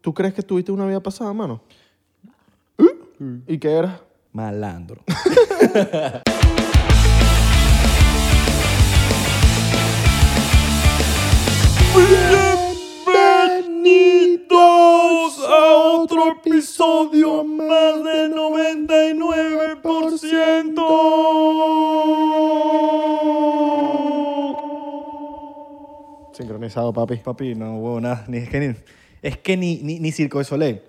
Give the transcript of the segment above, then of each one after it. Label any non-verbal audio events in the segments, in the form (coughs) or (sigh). ¿Tú crees que tuviste una vida pasada, mano? ¿Y qué eras? Malandro. Bienvenidos a otro episodio más del 99%. Sincronizado, papi. Papi, no, huevo, nada. Ni, es que, ni, es que ni, ni, ni Circo de Soleil.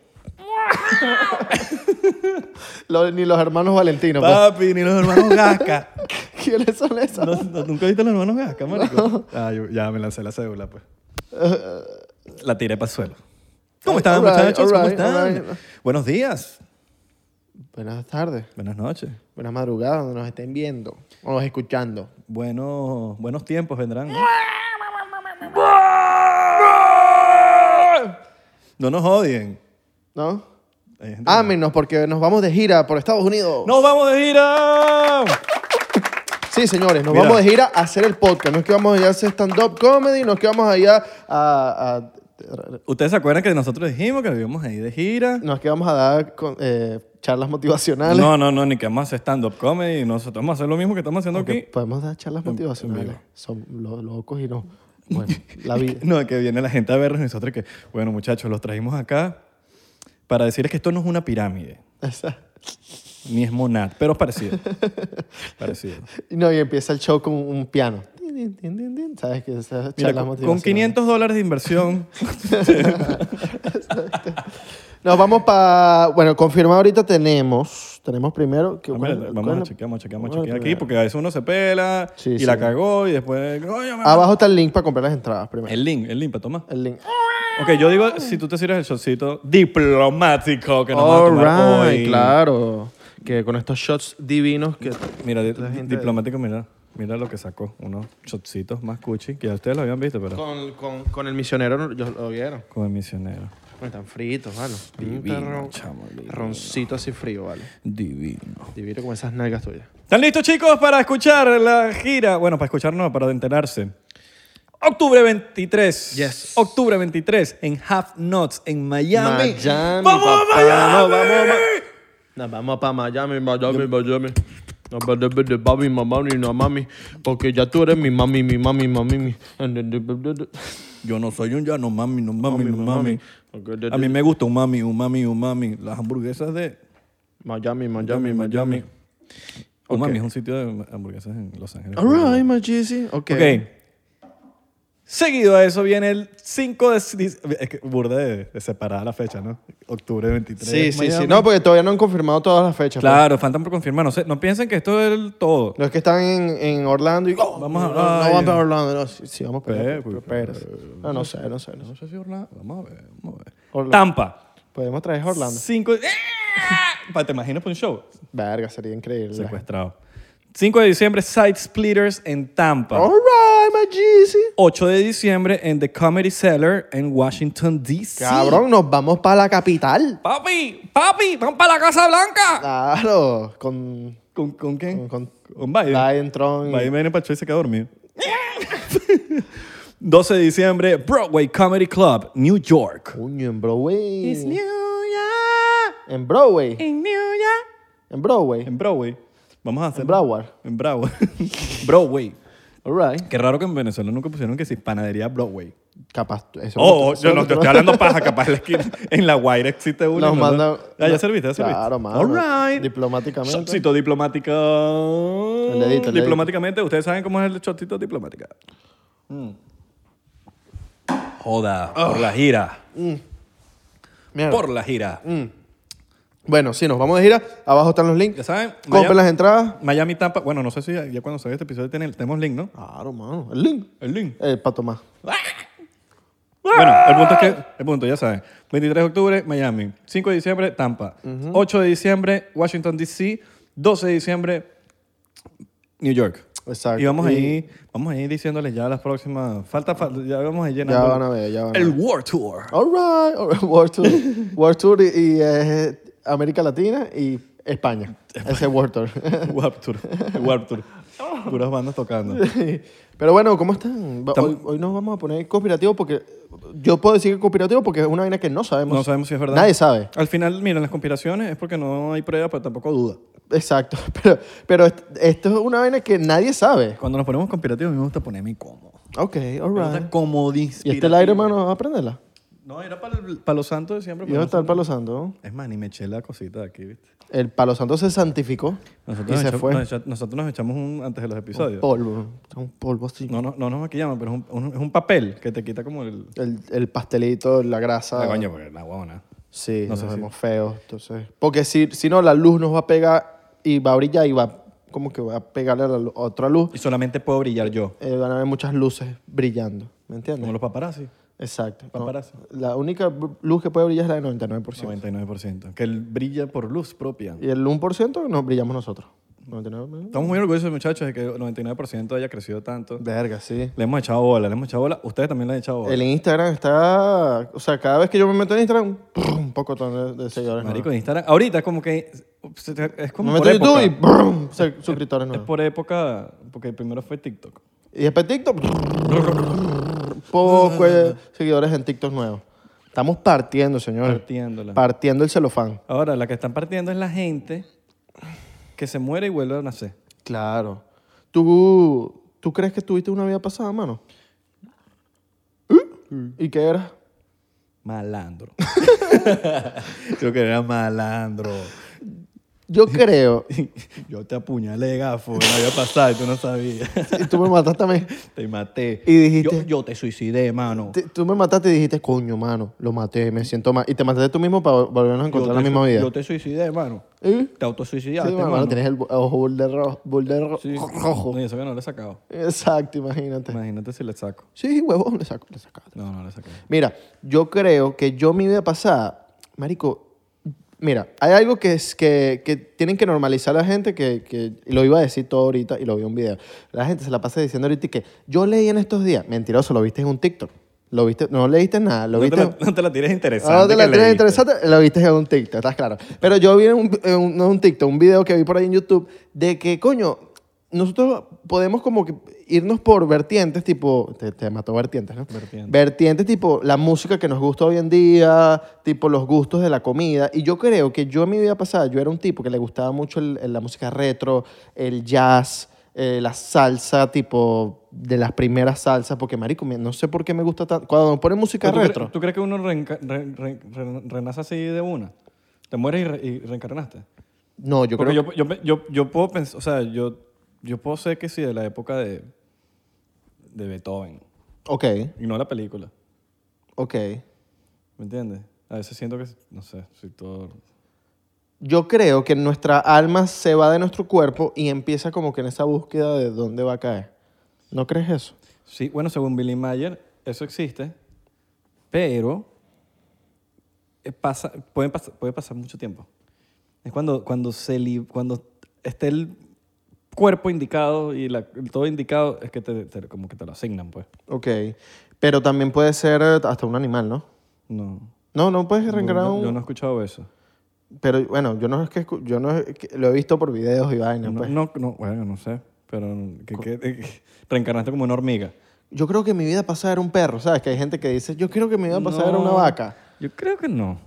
Lo- ni los hermanos Valentino. pues. Papi, ni los hermanos Gasca. (laughs) ¿Quiénes son esos? No, no, ¿Nunca viste a los hermanos Gasca, marico? Ah, yo ya me lancé la cédula, pues. La tiré para el suelo. ¿Cómo están, Alright, muchachos? ¿Cómo alright, están? alright. Buenos días. Buenas tardes. Buenas noches. Buenas madrugadas, donde nos estén viendo o nos escuchando. Bueno, buenos tiempos vendrán. ¿no? No nos odien. ¿No? Hay gente- Ámenos porque nos vamos de gira por Estados Unidos. ¡Nos vamos de gira! Sí, señores, nos Mira. vamos de gira a hacer el podcast. No es que vamos allá a hacer stand-up comedy, no es que vamos allá a... a- Ustedes se acuerdan que nosotros dijimos que nos íbamos a ir de gira. no es que vamos a dar con- eh, charlas motivacionales. No, no, no, ni que vamos a hacer stand-up comedy. Nosotros vamos a hacer lo mismo que estamos haciendo Porque aquí. podemos dar charlas motivacionales. vivo. Son lo- locos y no. Bueno, la (laughs) vida. (laughs) No, que viene la gente a vernos y nosotros que, bueno, muchachos, los trajimos acá para decirles que esto no es una pirámide, Esa- ni es monad, pero es (laughs) parecido. parecido. y No, y empieza el show con un piano. Tin, tin, tin, tin, tin. ¿Sabes qué? Esas charlas Mira, con, con motivacionales. 500 dólares (laughs) de inversión, Nos vamos para... Bueno, confirmado ahorita tenemos... Tenemos primero... Que, Ah, ¿cuál- mira, cuál vamos a es la- chequear, vamos a chequear, vamos a cuál es la chequear aquí, primera? porque a veces uno se pela Sí, Ah, y sí. la cagó y después... "Coño, me- Abajo está el link para comprar las entradas primero. El link, el link para tomar. El link. Ok, yo Ah. digo, si tú te sirves el shotcito diplomático que nos vamos a tomar Alright, hoy. claro. Que con estos shots divinos que... Mira, di- La gente- diplomático, mira, mira lo que sacó. Unos shotcitos más cuchi, que ya ustedes lo habían visto, pero Con, con, con el misionero yo lo vieron. con el misionero. Bueno, están fritos, mano. Divino, Un ron- chamo, divino. Roncito así frío, vale. Divino. Divino como esas nalgas tuyas. ¿Están listos, chicos, para escuchar la gira? Bueno, para escucharnos, para enterarse. Octubre 23. Yes. Octubre 23 en Half Nuts, en Miami. Miami, ¡Vamos papá, a Miami! no, vamos a Ma- Nos vamos para Miami, Miami, Miami. No pero de- de papi, mamá, ni no mami. Porque ya tú eres mi mami, mi mami, mami, mi. Yo no soy un ya, no mami, no mami, no mami. Porque de- A mí me gusta un mami, un mami, un mami. Las hamburguesas de Miami, Miami, Miami, Miami. Miami. Un Ok. mami es un sitio de hamburguesas en Los Ángeles. Alright, my GC. Ok. Ok. Seguido a eso viene el 5 de... dic- Es que burda de, de separada la fecha, ¿no? Octubre 23. Sí, sí, sí. Miami. No, porque todavía no han confirmado todas las fechas. pues. Claro, faltan por confirmar. No, sé, no piensen que esto es el todo. No es que están en, en Orlando y. oh, Vamos a- Eh, pues, no, ay. No vamos para Orlando, no. Sí, sí, vamos para allá, Pe- pero espérate. No, no sé, no sé. no sé. No sé si Orlando... Vamos a ver, vamos a ver. Orlando. Tampa. Podemos traer a Orlando. 5... ¿Te imaginas por un show? Verga, sería increíble. Secuestrado. 5 de diciembre, Side Splitters en Tampa. Alright, my Jeezy. 8 de diciembre en The Comedy Cellar en Washington, D.C. Cabrón, nos vamos para la capital. Papi, papi, vamos para la Casa Blanca. Claro, con, ¿Con, con quién? con, con Con Biden. Lion Tron. y- Biden viene para y se queda dormido. (laughs) 12 de diciembre, Broadway Comedy Club, New York. Coño, en Broadway. York, En Broadway. in New York. En Broadway. En Broadway. Vamos a hacer. En Broward. (laughs) En Broward. Broadway. Alright. Qué raro que en Venezuela nunca pusieron que si panadería Broadway. Capaz. tú- Eso Oh, eso yo no te (laughs) estoy hablando paja, capaz en la esquina. En la Guaira existe uno. Nos ¿no? mandan. Ah, ya serviste, ya serviste. Claro, mano. All right. Diplomáticamente. Shotcito diplomática. dedito, el dedito. Diplomáticamente, ustedes saben cómo es el shotcito diplomática. Mm. Joda, por la gira. Ah. Mierda. Mm. Por la gira. Bueno, sí, nos vamos de gira. Abajo están los links. Ya saben, Compren Miami- las entradas. Miami Tampa. Bueno, no sé si ya, ya cuando salga este episodio tiene el- tenemos link, ¿no? Claro, mano. El link. El link. Eh, para tomar. Bueno, el punto es Ah. que, el punto, ya saben. 23 de octubre, Miami. 5 de diciembre, Tampa. 8 de diciembre, Washington, D.C. 12 de diciembre, New York. Exacto. Y vamos a Y- ir, vamos a ir diciéndoles ya las próximas. Falta, falta- ya vamos a ir llenando. Ya van a ver, ya van a El ver. War Tour. All right. all right. World Tour. World Tour y, y, eh, América Latina y España. Ese es World Tour. (laughs) Warp Tour. El Warp Tour. puras bandas tocando. Pero bueno, ¿cómo están? Va- Hoy, hoy nos vamos a poner conspirativo porque yo puedo decir que conspirativo porque es una vaina que no sabemos. No sabemos si es verdad. Nadie sabe. Al final, miren, las conspiraciones es porque no hay prueba, pero tampoco duda. Exacto. (laughs) Pero, pero est- esto es una vaina que nadie sabe. Cuando nos ponemos conspirativos, a mí me gusta ponerme cómodo. Ok, Me gusta alright. comodísimo. ¿Y este aire, hermano? Apréndela. No, era para los santos de siempre. Y dónde pero no está el sé. palo santo? Es más, ni me eché la cosita de aquí, ¿viste? El palo santo se santificó Nosotros, y nos se echamos- fue. nos echa- nosotros nos echamos un antes de los episodios. polvo. Un polvo así. No, no, no nos maquillamos, pero es un, un- es un papel que te quita como el... El, el pastelito, la grasa. La coño, porque la guabona. Sí, No nos sé si- vemos feos. Entonces. Porque si, si no, la luz nos va a pegar y va a brillar y va como que va a pegarle a la lu- a otra luz. Y solamente puedo brillar yo. eh, van a haber muchas luces brillando. ¿Me entiendes? Como los paparazzi. Exacto. No, paparazzi. la única br- luz que puede brillar es la del 99%. 99%. Que él brilla por luz propia. Y el 1% nos brillamos nosotros. 99%. Estamos muy orgullosos, muchachos, de que el 99% haya crecido tanto. Verga, sí. Le hemos echado bola, le hemos echado bola. Ustedes también le han echado bola. El Instagram está... O sea, cada vez que yo me meto en Instagram, un poco de, de seguidores. nuevos. Marico, Instagram. Ahorita como que... Es como Me meto por en YouTube época. y ¡brum! se- suscriptores Es nuevos. por época, porque primero fue TikTok. Y después TikTok, poco de seguidores en TikTok nuevos. Estamos partiendo, señores. Partiéndola. Partiendo el celofán. Ahora, la que están partiendo es la gente que se muere y vuelve a nacer. Claro. ¿Tú, ¿Tú crees que tuviste una vida pasada, mano? ¿Eh? ¿Y qué era? (laughs) Malandro. Creo que era malandro. Yo creo. Yo te apuñalé, gafo. No había pasado y tú no sabías. (laughs) y tú me mataste a mí. Te maté. Y dijiste- Yo, yo te suicidé, mano. Te- Tú me mataste y dijiste, coño, mano, lo maté, me siento mal. Y te mataste tú mismo para volvernos a Yo encontrar te la misma su- vida. Yo te suicidé, mano. ¿Eh? Te autosuicidaste, Sí, mano, mano. tienes el bo- ojo borde rojo. borde ro- Sí. rojo. No, y eso que no le he sacado. Exacto, imagínate. Imagínate si le saco. Sí, huevón, le saco, le saco. No, no le saqué. Mira, yo creo que yo mi vida pasada, marico, mira, hay algo que, es, que, que tienen que normalizar la gente, que, que y lo iba a decir todo ahorita y lo vi en un video. La gente se la pasa diciendo ahorita que yo leí en estos días, mentiroso, lo viste en un TikTok. Lo viste, no leíste nada, lo No te, viste... la, (laughs) no te la tires interesante. Ah, no te la que tienes leíste. interesante, lo viste en un TikTok, estás claro. Pero yo vi en un, en un- no un TikTok, un video que vi por ahí en YouTube de que, coño, nosotros podemos como que irnos por vertientes, tipo, te, te mató vertientes, ¿no? Vertientes. Vertientes tipo la música que nos gusta hoy en día, tipo los gustos de la comida. Y yo creo que yo en mi vida pasada, yo era un tipo que le gustaba mucho el- el- la música retro, el jazz, eh, la salsa, tipo de las primeras salsas, porque marico, me- no sé por qué me gusta tanto. Cuando me ponen música ¿Tú, cre- retro. ¿Tú crees que uno reenca- re- re- re- renace así de una? ¿Te mueres y, re- y reencarnaste? No, yo creo Porque yo, yo, yo, yo puedo pensar, o sea, yo, yo puedo ser que sí de la época de, de Beethoven Ok, y no la película, ok. ¿me entiendes? A veces siento que, no sé, soy todo... Yo creo que nuestra alma se va de nuestro cuerpo y empieza como que en esa búsqueda de dónde va a caer. ¿No crees eso? Sí, bueno, según Billy Mayer, eso existe, pero eh, pasa, pueden pas- puede pasar mucho tiempo. Es cuando, cuando, se li- cuando esté el cuerpo indicado y la- todo indicado, es que te, te- como que te lo asignan, pues. Ok. Pero también puede ser eh, hasta un animal, ¿no? No. No, no puedes Yo reencarnar no, un... yo no he escuchado eso. Pero bueno, yo no es que... escu- Yo no es que- Lo he visto por videos y vainas, No, pues. no, no, bueno, no sé, pero que, que- que- (laughs) reencarnaste como una hormiga. Yo creo que mi vida pasada era un perro, ¿sabes? Que hay gente que dice, yo creo que mi vida pasada era una No, vaca. Yo creo que no.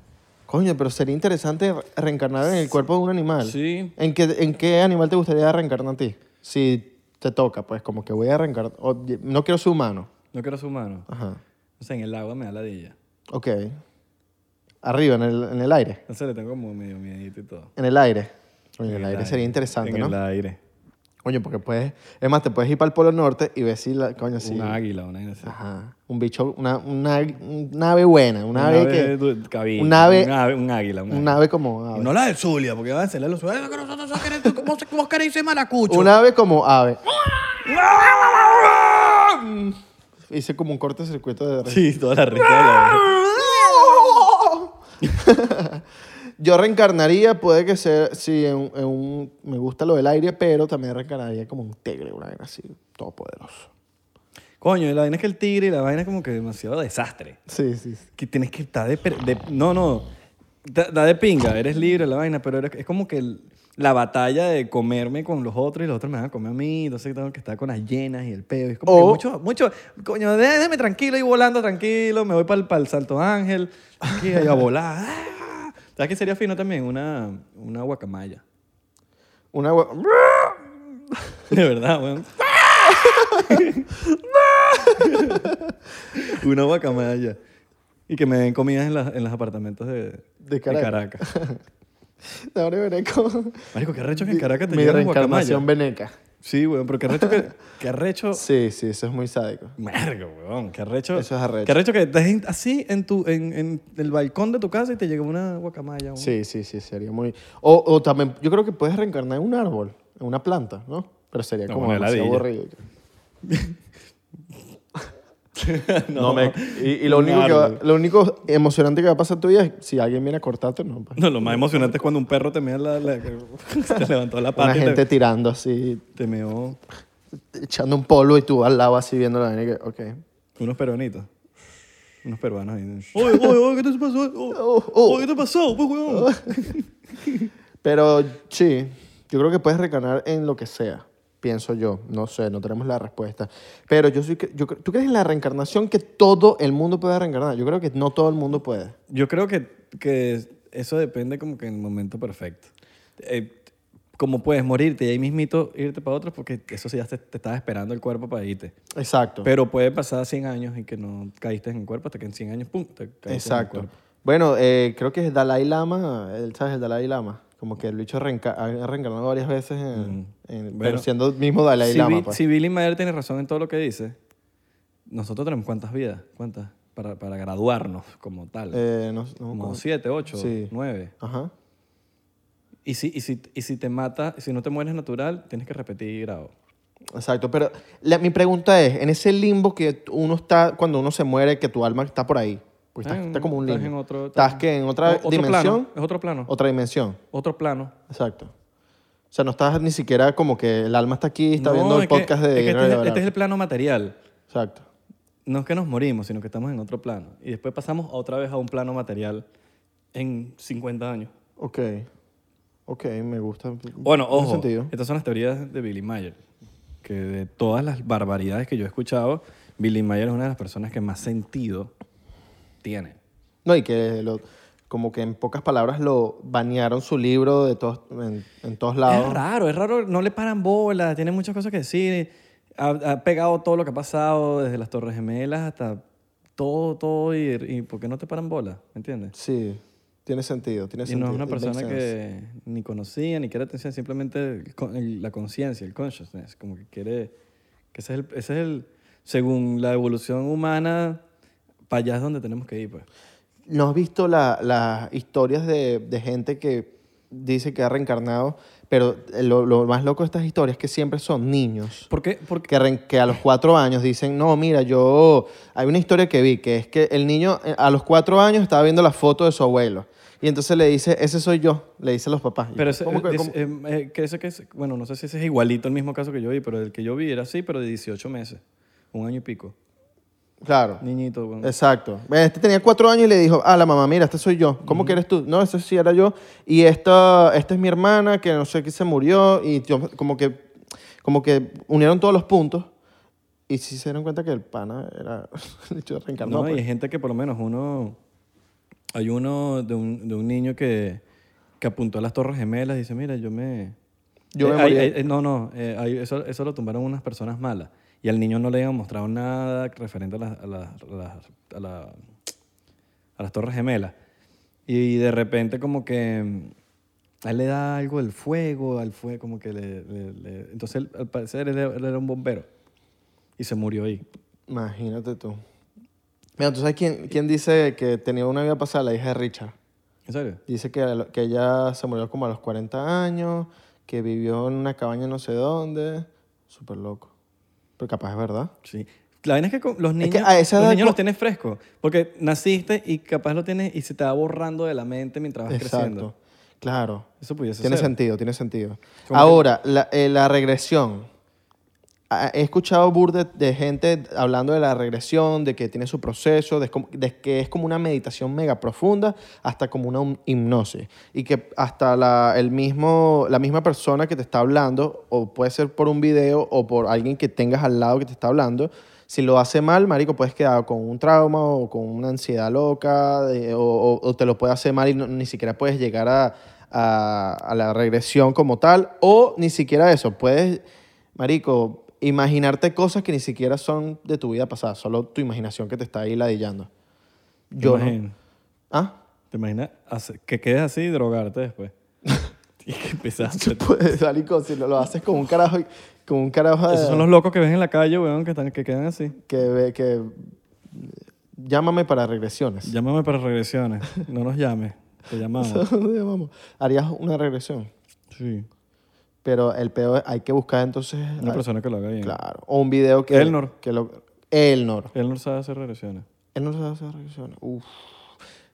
Coño, pero sería interesante re- reencarnar en el cuerpo de un animal. Sí. ¿En qué, ¿En qué animal te gustaría reencarnar a ti? Si te toca, pues como que voy a reencarnar. o- No quiero ser humano. No quiero ser humano. Ajá. O sea, en el agua me da la de ella. Ok. Arriba, en el, en el aire. Entonces le tengo como medio miedito y todo. En el aire. Coño, en el, el aire, aire. sería interesante, en ¿no? el aire. Coño, porque puedes. Es más, te puedes ir para el Polo Norte y ver si la. Coño, sí. Una águila, una águila. así. Ajá. Un bicho, una, una, una ave buena. Una, ave, que. du- cabina, un ave- Un ave, un águila. Un Una ave como ave. No la del Zulia, porque van a hacerle los Zulia. que nosotros somos queremos- ¿Cómo, cómo queréis ser maracucho? Una ave como ave. Mm. Hice como un cortocircuito de Sí, toda la risa de la (laughs) Yo reencarnaría, puede que sea, sí, en, en un, me gusta lo del aire, pero también reencarnaría como un tigre, una vaina así, todopoderoso. Coño, y la vaina es que el tigre y la vaina es como que demasiado desastre. Sí, sí. sí. Que tienes que estar de, per- de- No, no. Da, da de pinga, eres libre la vaina, pero eres- es como que el- la batalla de comerme con los otros y los otros me van a comer a mí, entonces tengo que estar con las llenas y el peo. Es como que O- mucho, mucho, coño, dé- déjame tranquilo y volando tranquilo, me voy para el, Salto Ángel, aquí a volar. (laughs) Ah. ¿Sabes qué sería fino también? Una, una guacamaya. Una hue- (laughs) (laughs) De verdad, weón. Una guacamaya. Y que me den comidas en, las- en los apartamentos de, De Caracas. Caracas. Ahora veneco. Marico, qué arrecho que en Caracas te Mi llevan reencarnación guacamaya. veneca. Sí, weón, pero qué arrecho que... (laughs) Qué arrecho... Sí, sí, eso es muy sádico. Mergo, weón, qué arrecho... Eso es arrecho. Qué arrecho que estés en- así en, tu, en, en el balcón de tu casa y te llega una guacamaya, weón. Sí, sí, sí, sería muy... O, o también, yo creo que puedes reencarnar en un árbol, en una planta, ¿no? Pero sería No, como una demasiado heladilla. aburrido. (laughs) no, me... Y, y lo, un único que va- árbol. lo único emocionante que va a pasar en tu vida es si alguien viene a cortarte, no. (laughs) pues. No, lo más emocionante es cuando un perro te mea la... la- (laughs) te levantó la pata Una y te- gente tirando así, te meó echando un polvo y tú al lado así viendo la vaina y que, ok. Unos peruanitos. Unos peruanos ahí. Oye, oye, oye, ¿qué te pasó? Oye, (laughs) Oh, oh. ¿qué te pasó? (laughs) Pues, weón. Pero sí, yo creo que puedes recanar en lo que sea, pienso yo. No sé, no tenemos la respuesta. Pero yo soy, que- yo, cre- ¿tú crees en la reencarnación que todo el mundo puede reencarnar? Yo creo que no todo el mundo puede. Yo creo que, que eso depende como que en el momento perfecto. Eh, como puedes morirte y ahí mismito irte para otros porque eso sí ya te, te estaba esperando el cuerpo para irte. Exacto. Pero puede pasar 100 años y que no caíste en el cuerpo hasta que en 100 años, pum, te caíste en Exacto. el cuerpo. Bueno, eh, creo que es Dalai Lama, él, ¿sabes? El Dalai Lama. Como que el bicho reenca- ha reencarnado varias veces, en- en- pero Bueno, siendo el mismo Dalai Si, Lama. Bi- pues. si Billy Mayer tiene razón en todo lo que dice, nosotros tenemos cuántas vidas, cuántas, para, para graduarnos como tal. Eh, no- no- Como siete, ocho, Sí. nueve. Ajá. Y si, y, si, y si te mata, si no te mueres natural, tienes que repetir grado. Exacto, pero la- mi pregunta es, en ese limbo que uno está, cuando uno se muere, que tu alma está por ahí, porque estás, en- está como un estás limbo. en otro- ¿Estás que en otra O- otro dimensión? Plano, es otro plano. Otra dimensión, Otro plano. exacto. O sea, no estás ni siquiera como que el alma está aquí, está No, viendo el es que- podcast de... es que este, es, Guerrero el- este es Gabriel. el plano material. Exacto. No es que nos morimos, sino que estamos en otro plano. Y después pasamos otra vez a un plano material en 50 años. Ok. Ok, me gusta. Bueno, Tiene ojo, sentido. estas son las teorías de Billy Mayer. Que de todas las barbaridades que yo he escuchado, Billy Mayer es una de las personas que más sentido tiene. No, y que lo- como que en pocas palabras lo banearon su libro de todos, en, en todos lados. Es raro, es raro, no le paran bola, tiene muchas cosas que decir. Ha, ha pegado todo lo que ha pasado, desde las Torres Gemelas hasta todo, todo, y, y ¿por qué no te paran bola? ¿Me entiendes? Sí, tiene sentido, tiene Y sentido. no es una It makes persona sense. que ni conocía, ni quiere atención, simplemente el con- el- la conciencia, el consciousness, como que quiere, que ese es el, ese es el según la evolución humana, para allá es donde tenemos que ir, pues. ¿No has visto la- las historias de, de gente que dice que ha reencarnado? Pero eh, lo, lo más loco de estas historias es que siempre son niños. ¿Por qué? Porque, Que, re- que a los cuatro años dicen, no, mira, yo... Hay una historia que vi, que es que el niño eh, a los cuatro años estaba viendo la foto de su abuelo. Y entonces le dice, ese soy yo, le dice a los papás. Y Pero yo, ese, "¿Cómo que- es- cómo?". em, eh, que ese que es- bueno, no sé si ese es igualito el mismo caso que yo vi, pero el que yo vi era así, pero de 18 meses, un año y pico. Claro, Niñito, bueno. exacto. Este tenía cuatro años y le dijo, a la mamá, mira, este soy yo. ¿Cómo que eres tú? No, ese sí era yo. Y esta, esta es mi hermana que no sé qué se murió y yo- como que, como que unieron todos los puntos y sí se dieron cuenta que el pana era (laughs) el hecho de reencarnado. no, y pues. hay gente que por lo menos uno, hay uno de un, de un niño que, que apuntó a las Torres Gemelas y dice, mira, yo me... Yo me Eh, morí. hay- hay- no, no, eh, hay- eso, eso lo tumbaron unas personas malas y al niño no le habían mostrado nada referente a las, a las, a las- a la- a las Torres Gemelas. Y de repente como que mm, a él le da algo del fuego, al fuego como que le... le- le- entonces él, al parecer él, era- él era un bombero y se murió ahí. Imagínate tú. Mira, ¿tú sabes quién, quién dice que tenía una vida pasada? La hija de Richard. ¿En serio? Dice que, a lo- que ella se murió como a los 40 años, que vivió en una cabaña no sé dónde. Súper loco. Pero capaz es verdad. Sí. La vaina es que con- los niños, que a esa los edad niños co- los tienes frescos. Porque naciste y capaz lo tienes y se te va borrando de la mente mientras vas creciendo. Claro. Eso pudiese Tiene ser. sentido, tiene sentido. Como que- Ahora, la, eh, la regresión. ah, he escuchado burda de gente hablando de la regresión, de que tiene su proceso, de, cómo- de que es como una meditación mega profunda, hasta como una hum- hipnosis. Y que hasta la, el mismo, la misma persona que te está hablando, o puede ser por un video o por alguien que tengas al lado que te está hablando, si lo hace mal, marico, puedes quedar con un trauma o con una ansiedad loca, de- o, o- o te lo puede hacer mal y no- ni siquiera puedes llegar a, a- a la regresión como tal, o ni siquiera eso, puedes, marico, imaginarte cosas que ni siquiera son de tu vida pasada, solo tu imaginación que te está ahí ladillando. Yo ¿Te no. imaginas, ¿Ah? ¿Te imaginas hace- que quedes así y (laughs) drogarte después? y que empiezas a hacer- Pues, marico, si lo, lo haces con un carajo, con un carajo de- Esos son los locos que ves en la calle, weón, que, están, que quedan así. que, ve- que... Llámame para regresiones. (laughs) Llámame para regresiones. No nos llames. Te llamamos. ¿Dónde vamos? Harías una regresión. Sí. Pero el peor es- hay que buscar entonces. Una ah, persona que lo haga bien. Claro. O un video que. Elnor. Que lo, Elnor. Él no sabe hacer regresiones. Elnor se hace regresiones. Uf.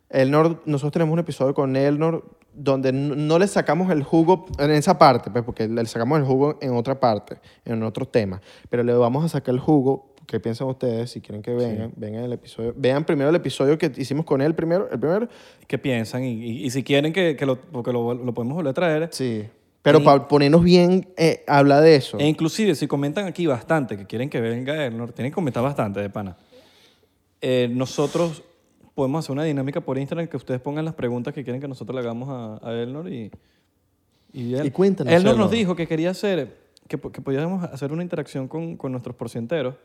Elnor, nosotros tenemos un episodio con Elnor donde no, no le sacamos el jugo en esa parte, pues porque le sacamos el jugo en otra parte, en otro tema. Pero le vamos a sacar el jugo. ¿Qué piensan ustedes? Si quieren que vengan, vengan el episodio. Vean primero el episodio que hicimos con él primero, el primero. ¿Qué piensan? Y, y- y si quieren que, que lo, porque lo, lo podemos volver a traer. Sí. Pero para ponernos bien, eh, habla de eso. E inclusive si comentan aquí bastante, que quieren que venga Elnor, tienen que comentar bastante de pana. Eh, nosotros podemos hacer una dinámica por Instagram que ustedes pongan las preguntas que quieren que nosotros le hagamos a, a Elnor y... Y, él- Y cuéntanos, Elnor Elnor. nos dijo que quería hacer, que, po- que podíamos hacer una interacción con, con nuestros porcienteros,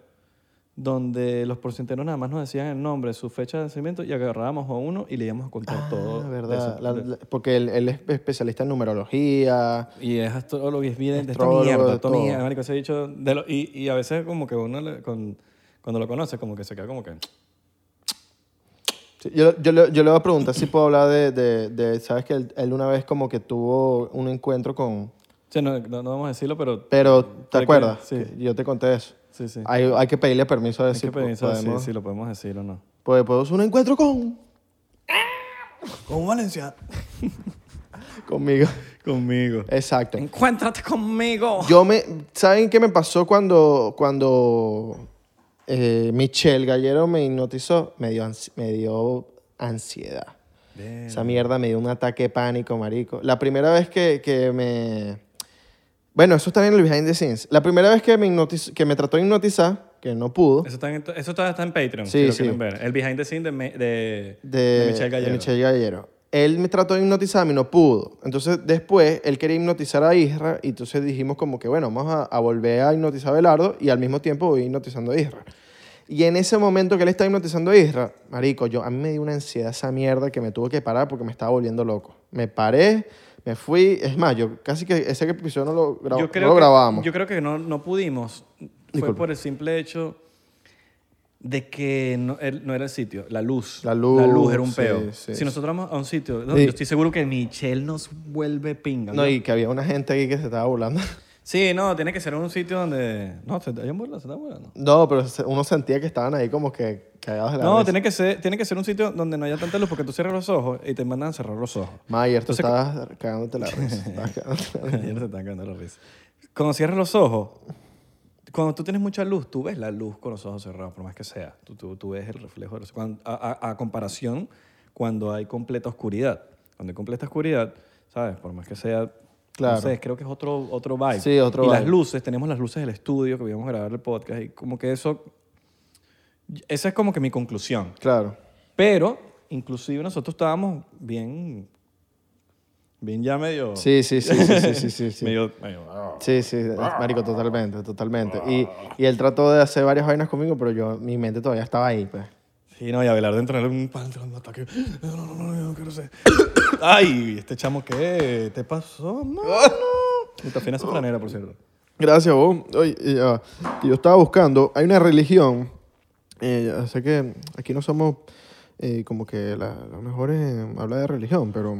donde los porcienteros nada más nos decían el nombre, su fecha de nacimiento y agarrábamos a uno y le íbamos a contar todo. Ah, de verdad. eso. La- la- porque él, él es especialista en numerología. Y es astrólogo y es bien de esta Astrólogo, mierda, de esta todo. mierda, marico, se ha dicho de lo- y, y a veces como que uno le- con- cuando lo conoce como que se queda como que Sí, Yo, yo, le- yo le voy a preguntar si puedo hablar de, de- de- sabes que él, él una vez como que tuvo un encuentro con, Sí, no, no- no vamos a decirlo, pero pero ¿te Creo que- acuerdas? sí. Que Yo te conté eso. sí, sí. Hay, hay que pedirle permiso a Hay decir que pensar si, podemos, si lo podemos decir o no. pues, podemos un encuentro con Con Valencia. conmigo. (laughs) Conmigo. Exacto. Encuéntrate conmigo. Yo me, ¿saben qué me pasó cuando, cuando eh, Michelle Gallero me hipnotizó? Me dio, ansi- me dio ansiedad. Esa mierda me dio un ataque de pánico, marico. La primera vez que, que me... Bueno, eso está en el behind the scenes. La primera vez que me, hipnotiz- que me trató de hipnotizar, que no pudo, Eso está en, eso está, está en Patreon, Sí, si lo sí. quieren ver. El behind the scenes de, me- de, de, de Michelle de Gallero. Michelle Gallero. Él me trató de hipnotizarme y no pudo. Entonces, después, él quería hipnotizar a Isra y entonces dijimos como que, bueno, vamos a, a volver a hipnotizar a Belardo y al mismo tiempo voy hipnotizando a Isra. Y en ese momento que él está hipnotizando a Isra, marico, yo, a mí me dio una ansiedad esa mierda que me tuve que parar porque me estaba volviendo loco. Me paré, me fui. Es más, yo casi que ese episodio no lo, grabamos. yo creo lo que, grabamos. Yo creo que no, no pudimos. Fue Disculpa. por el simple hecho de que no, el- no era el sitio, la luz. La luz, era un sí, peo. sí, si sí. nosotros vamos a un sitio, no, Y- yo estoy seguro que Michelle nos vuelve pinga. No, ¿no? y que había una gente aquí que se estaba burlando. (laughs) Sí, no, tiene que ser un sitio donde... No, ¿se está burlando? ¿Se está burlando? No, pero se- uno sentía que estaban ahí como que cagados de la No, risa. tiene que, ser, tiene que ser un sitio donde no haya tanta luz porque tú cierras los ojos y te mandan a cerrar los ojos. Mayer, tú estabas cagándote la risa. Estabas cagándote (laughs) la risa. Ya no se están cagando la risa. Cuando cierras los ojos, cuando tú tienes mucha luz, tú ves la luz con los ojos cerrados, por más que sea. Tú, tú, tú ves el reflejo. de los- cuando- a, a- a comparación, cuando hay completa oscuridad. Cuando hay completa oscuridad, ¿sabes? Por más que sea. Claro. No sé, creo que es otro, otro vibe. Sí, otro y las vibe. luces, tenemos las luces del estudio que íbamos a grabar el podcast y como que eso. Esa es como que mi conclusión. Claro. Pero, inclusive nosotros estábamos bien. Bien ya medio. Sí, sí, sí, sí, sí, sí, sí. (laughs) sí. Medio. medio ah. Sí, sí, es- marico, totalmente, totalmente. Y, y él trató de hacer varias vainas conmigo, pero yo, mi mente todavía estaba ahí, pues. Sí, no, y Abelardo entró en un pantalón de ataque. No, no, no, no, yo no quiero ser. (coughs) Ay, este chamo, ¿qué te pasó, mano? Puta fina sofranera, por cierto. Gracias, vos. Oye, y, ah, que yo estaba buscando, hay una religión, eh, ya sé que aquí no somos eh, como que la, los mejores en hablar de religión, pero,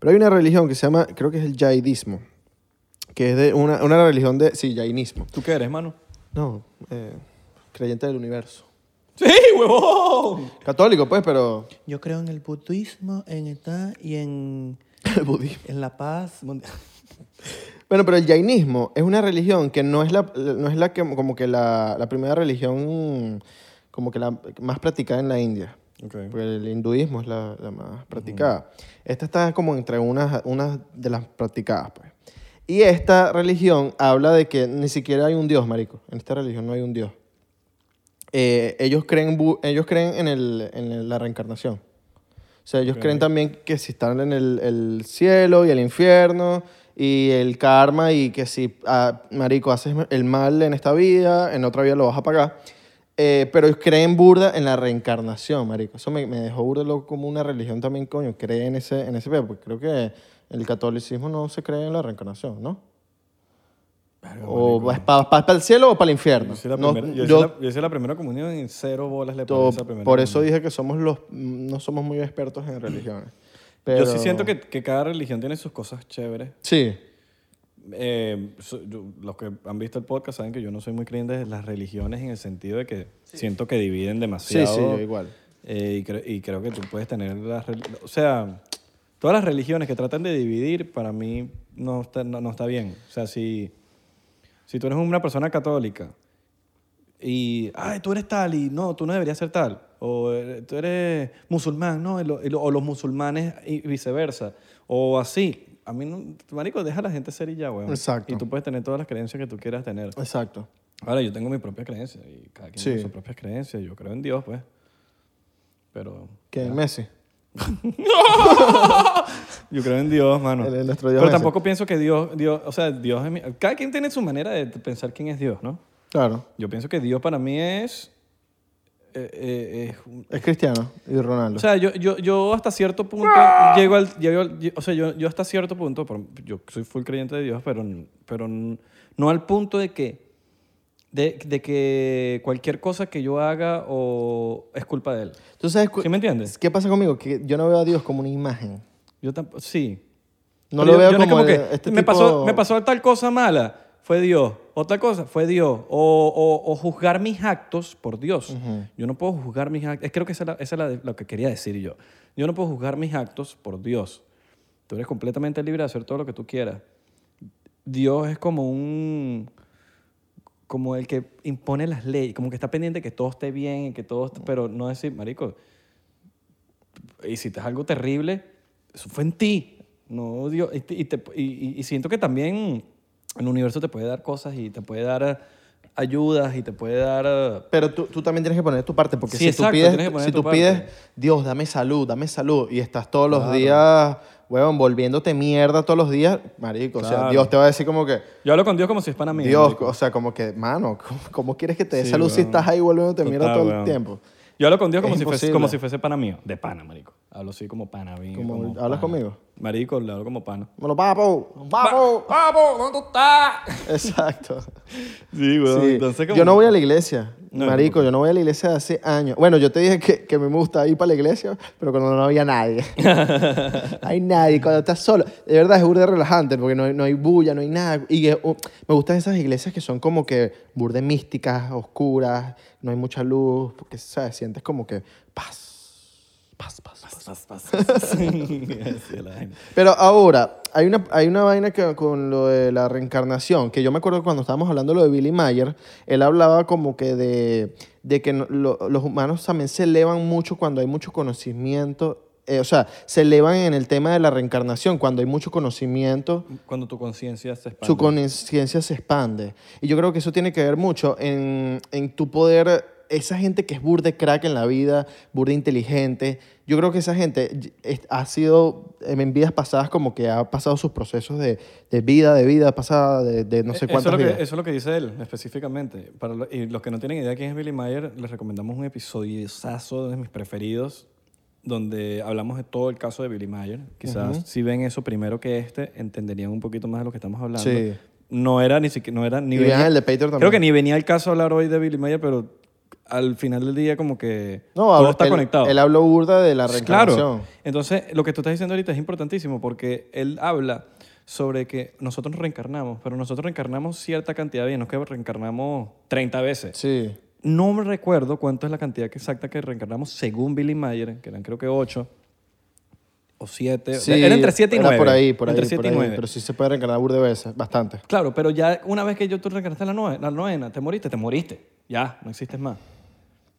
pero hay una religión que se llama, creo que es el jaidismo, que es de una, una religión de, sí, jainismo. ¿Tú qué eres, mano? No, eh, creyente del universo. ¡Sí, huevón! Católico, pues, pero... (laughs) Yo creo en el budismo, en ETA y en, El budismo. en la paz mundial. Bueno, pero el jainismo es una religión que no es la, no es la que, como que la, la primera religión como que la más practicada en la India. Ok. pues, Porque el hinduismo es la, la más practicada. Esta está como entre unas, unas de las practicadas, pues. Y esta religión habla de que ni siquiera hay un dios, marico. En esta religión no hay un dios. Eh, ellos creen, bu- ellos creen en, el- en el- la reencarnación. O sea, ellos creen también que si están en el, el cielo y el infierno y el karma y que si, ah, marico, haces el mal en esta vida, en otra vida lo vas a pagar. Eh, pero creen burda en la reencarnación, marico. Eso me, me dejó burda loco como una religión también, coño, cree en ese, en ese pedo, porque creo que el catolicismo no se cree en la reencarnación, ¿no? o para el cielo o para el infierno. Yo hice la No, primera, yo hice yo- la- yo hice la primera comunión y en cero bolas le To- puse a la primera por eso comunión. dije que somos los mm, no somos muy expertos en religiones. Pero, Yo sí siento que, que cada religión tiene sus cosas chéveres. sí. Eh, so- yo- los que han visto el podcast saben que yo no soy muy creyente de las religiones en el sentido de que siento que dividen Sí, demasiado. sí, yo igual. Eh, y, cre- y creo que tú puedes tener las... rel- O sea, todas las religiones que tratan de dividir, para mí no está, no, no está bien. O sea, si, si tú eres una persona católica y, ay, tú eres tal y no, tú no deberías ser tal. O eh, tú eres musulmán, no, y lo- y lo- o los musulmanes y viceversa. O así. A mí, no, marico, deja a la gente ser y ya, weón. Exacto. Y tú puedes tener todas las creencias que tú quieras tener. Exacto. Ahora, yo tengo mi propia creencia y cada quien Sí. tiene sus propias creencias. Yo creo en Dios, pues. Pero Que en Messi. yo creo en Dios, mano. El- el nuestro Dios Pero es ese. tampoco pienso que Dios, Dios, o sea, Dios es mi... Cada quien tiene su manera de pensar quién es Dios, ¿no? Claro. Yo pienso que Dios para mí es... eh, eh, es un- Es Cristiano y Ronaldo. o sea, yo, yo, yo hasta cierto punto llego al... llego al- o sea, yo, yo hasta cierto punto, por- yo soy full creyente de Dios, pero, n- pero n- no al punto de que, de, de que cualquier cosa que yo haga o es culpa de él. ¿Tú sabes cu- ¿Sí me entiendes? qué pasa conmigo? Que yo no veo a Dios como una imagen. Yo tampoco... Sí. No Pero lo yo- veo yo no es como, el- que este me, tipo- pasó, me pasó tal cosa mala, fue Dios. Otra cosa, fue Dios. O, o- o juzgar mis actos por Dios. Yo no puedo juzgar mis actos. Creo que esa es, la, esa es la de- lo que quería decir yo. Yo no puedo juzgar mis actos por Dios. Tú eres completamente libre de hacer todo lo que tú quieras. Dios es como un como el que impone las leyes, como que está pendiente que todo esté bien, que todo, esté- pero no decir, marico, hiciste algo terrible, eso fue en ti. No, Dios, y, te- y te- y- y- y siento que también el universo te puede dar cosas y te puede dar eh, ayudas y te puede dar... eh, Pero tú, tú también tienes que poner tu parte, porque Sí, si exacto, tú pides, tienes que poner si tu tú pides, parte. Dios, dame salud, dame salud, y estás todos los días, huevón, volviéndote mierda todos los días, marico, o sea, Claro. Dios te va a decir como que, Yo hablo con Dios como si es para mí. Dios, o sea, como que, mano, ¿cómo, cómo quieres que te dé Sí, salud si weón. estás ahí volviéndote mierda Total, todo el weón. tiempo? Yo hablo con Dios Es como si, fuese, imposible. como si fuese pana mío. De pana, marico. Hablo así como pana. bien, Como- como ¿hablas pana. conmigo? Marico, le hablo como pana. Bueno, papo, papo. (laughs) ¡Papo! ¿Dónde tú estás? Exacto. Sí, güey. Sí. Entonces, como- Yo no voy a la iglesia, No, marico, yo no voy a la iglesia de hace años. Bueno, yo te dije que, que me gusta ir para la iglesia, pero cuando no había (laughs) nadie. hay nadie, cuando estás solo. De verdad, es burde relajante, porque no hay, no hay bulla, no hay nada. Y que, uh, me gustan esas iglesias que son como que burde místicas, oscuras, no hay mucha luz, porque, ¿sabes? Sientes como que paz, paz, paz, paz. Pas, pas, pas, (laughs) pas. Así es la vaina. Pero ahora, hay una, hay una vaina que, con lo de la reencarnación, que yo me acuerdo cuando estábamos hablando de lo de Billy Mayer, él hablaba como que de, de que no- lo- los humanos también se elevan mucho cuando hay mucho conocimiento, eh, o sea, se elevan en el tema de la reencarnación, cuando hay mucho conocimiento Cuando tu conciencia se expande. su conciencia se expande. Y yo creo que eso tiene que ver mucho en, en tu poder, esa gente que es burde crack en la vida, burde inteligente, yo creo que esa gente y- es- ha sido, en vidas pasadas, como que ha pasado sus procesos de, de vida, de vida pasada, de, de no sé Eh, eso, cuántas es lo que, vidas. eso es lo que dice él específicamente. Para lo- y los que no tienen idea de quién es Billy Mayer, les recomendamos un episodiozazo de mis preferidos donde hablamos de todo el caso de Billy Mayer. Quizás si ven eso primero que este, entenderían un poquito más de lo que estamos hablando. Sí. No era ni siquiera... No era, ni Y vean el de Peter Creo también. que ni venía el caso hablar hoy de Billy Mayer, pero al final del día como que no, todo habla- está él- conectado. Él habló burda de la Sí, reencarnación. Claro. Entonces, lo que tú estás diciendo ahorita es importantísimo porque él habla sobre que nosotros nos reencarnamos, pero nosotros reencarnamos cierta cantidad de días, no es que reencarnamos 30 veces. Sí. No me recuerdo cuánto es la cantidad exacta que reencarnamos según Billy Mayer, que eran creo que 8 o o 7. Sí, era entre 7 y era 9. por ahí, por ahí, Entre por 7 y ahí, 9. Pero sí se puede reencarnar burda de veces, bastante. Claro, pero ya una vez que yo tú reencarnaste la novena, la novena, te moriste, te moriste. Ya, no existes más.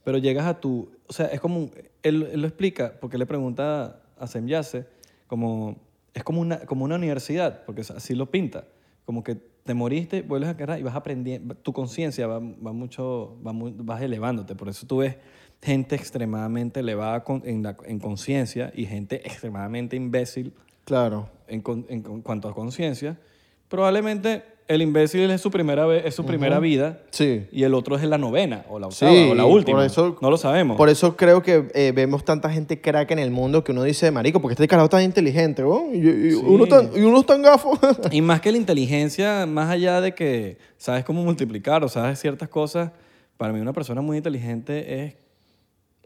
Pero llegas a tu... O sea, es como... un- Él, él lo explica porque le pregunta a Semyase como... Es como una, como una universidad, porque así lo pinta. Como que te moriste, vuelves a cargar y vas aprendiendo... Tu conciencia va, va mucho... Va mu- vas elevándote. Por eso tú ves gente extremadamente elevada con- en, la- en conciencia y gente extremadamente imbécil Claro. en, con- en con- cuanto a conciencia, probablemente el imbécil es su primera, vez, es su primera vida Sí. y el otro es la novena o la Sí, octava o la por última. eso- no lo sabemos. Por eso creo que eh, vemos tanta gente crack en el mundo que uno dice, marico, porque este carajo tan inteligente, ¿no? Y, y- y Sí. uno, tan, y uno es tan gafo. (laughs) Y más que la inteligencia, más allá de que sabes cómo multiplicar o sabes ciertas cosas, para mí una persona muy inteligente es,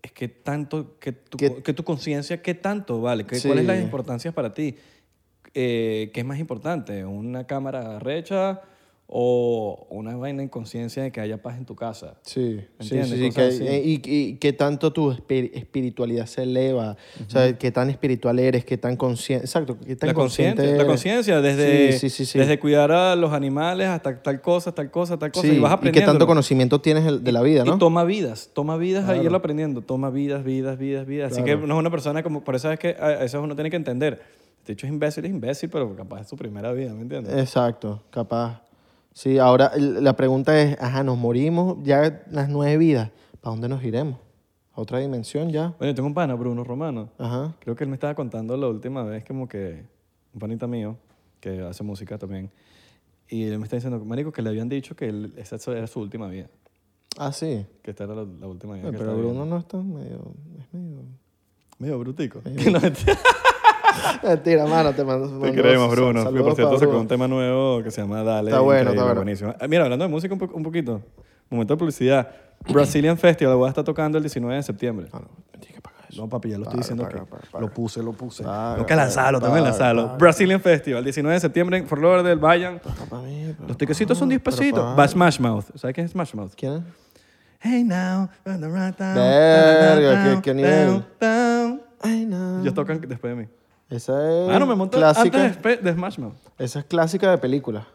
es que tanto, que tu, Que- que tu conciencia, qué tanto vale, que, Sí. cuáles las importancias para ti, Eh, qué es más importante, una cámara recha o una vaina en conciencia de que haya paz en tu casa. Sí, sí, ¿Entiendes? sí, sí, Cosas que- así. eh, y, y qué tanto tu espi- espiritualidad se eleva, o sea, qué tan espiritual eres, qué tan consciente, exacto, qué tan la consciente consciente- la eres. conciencia desde, Sí, sí, sí, sí. desde cuidar a los animales hasta tal cosa, tal cosa, tal cosa Sí, y y vas qué aprendiendo. tanto conocimiento tienes el- de la vida, ¿no? Y toma vidas, toma vidas a Claro. irlo aprendiendo, toma vidas, vidas, vidas, vidas. Así Claro. que no es una persona como, por eso es que a a veces uno tiene que entender. De hecho es imbécil, es imbécil, pero capaz es su primera vida, ¿me entiendes? Eh. Exacto, capaz. Sí, ahora l- la pregunta es, ajá, nos morimos ya las nueve vidas, ¿para dónde nos iremos? ¿A otra dimensión ya? Bueno, yo tengo un pana, Bruno Romano. Ajá. Creo que él me estaba contando la última vez, como que un panita mío, que hace música también, y él me está diciendo, marico, que le habían dicho que él- esa era su última vida, Ah, sí. que esta era la, la última vida. Bueno, que pero estaba Bruno no está medio... Es medio... (laughs) Medio brutico. Mentira, mano, te mando... Te mando creemos, sal- Bruno. saludos Que por pa' cierto sacó Bruno. un tema nuevo que se llama Dale. Está bueno, increíble, está bueno. Buenísimo. Ah, Mira, hablando de música un, po- un poquito, momento de publicidad. Brazilian Festival, la voy a estar tocando el 19 de septiembre. Ah, no, me tienes que pagar eso. No, papi, ya lo estoy Paga, diciendo paga, que paga, paga. lo puse, lo puse. Paga, Tengo que lanzarlo, tengo que paga, lanzarlo. paga. Brazilian Festival, 19 de septiembre en Fort Lauderdale, vayan. Paga pa' mí, pero- Los tiquecitos son 10 pero pesitos. paga. Va Smash Mouth. ¿Sabes qué es Smash Mouth? ¿Quién es? Hey now, run the right down, Verga, qué- down, qué down, nivel. down. Ay, no. Ellos tocan después de mí. Esa es Ah, no, me monté clásica. antes de, de Smash Mouth. Esa es clásica de película.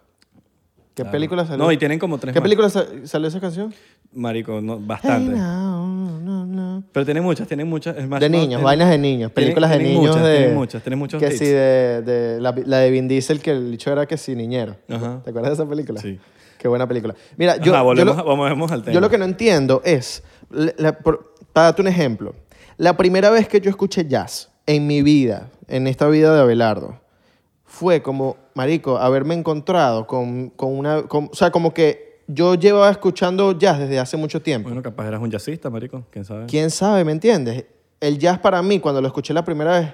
¿Qué película salió? No, y tienen como tres ¿Qué más. película sa- salió esa canción? Marico, no, Ay, bastante. no, no, no. Pero tiene muchas, tiene muchas. Es más, De no, niños, tiene- vainas de niños, tiene- películas de tiene niños muchas, de... tiene muchas, tiene muchos Que hits. sí, de, de la, la de Vin Diesel, que el dicho era que sí, niñero. Ajá. ¿Te acuerdas de esa película? Sí. Qué buena película. Mira, yo, Ajá, yo volvemos, lo- volvemos al tema. Yo lo que no entiendo es, la- la- por- para darte un ejemplo, la primera vez que yo escuché jazz en mi vida, en esta vida de Abelardo, fue como, marico, haberme encontrado con, con una... con- o sea, como que yo llevaba escuchando jazz desde hace mucho tiempo. Bueno, capaz eras un jazzista, marico, quién sabe. ¿Quién sabe, me entiendes? El jazz para mí, cuando lo escuché la primera vez,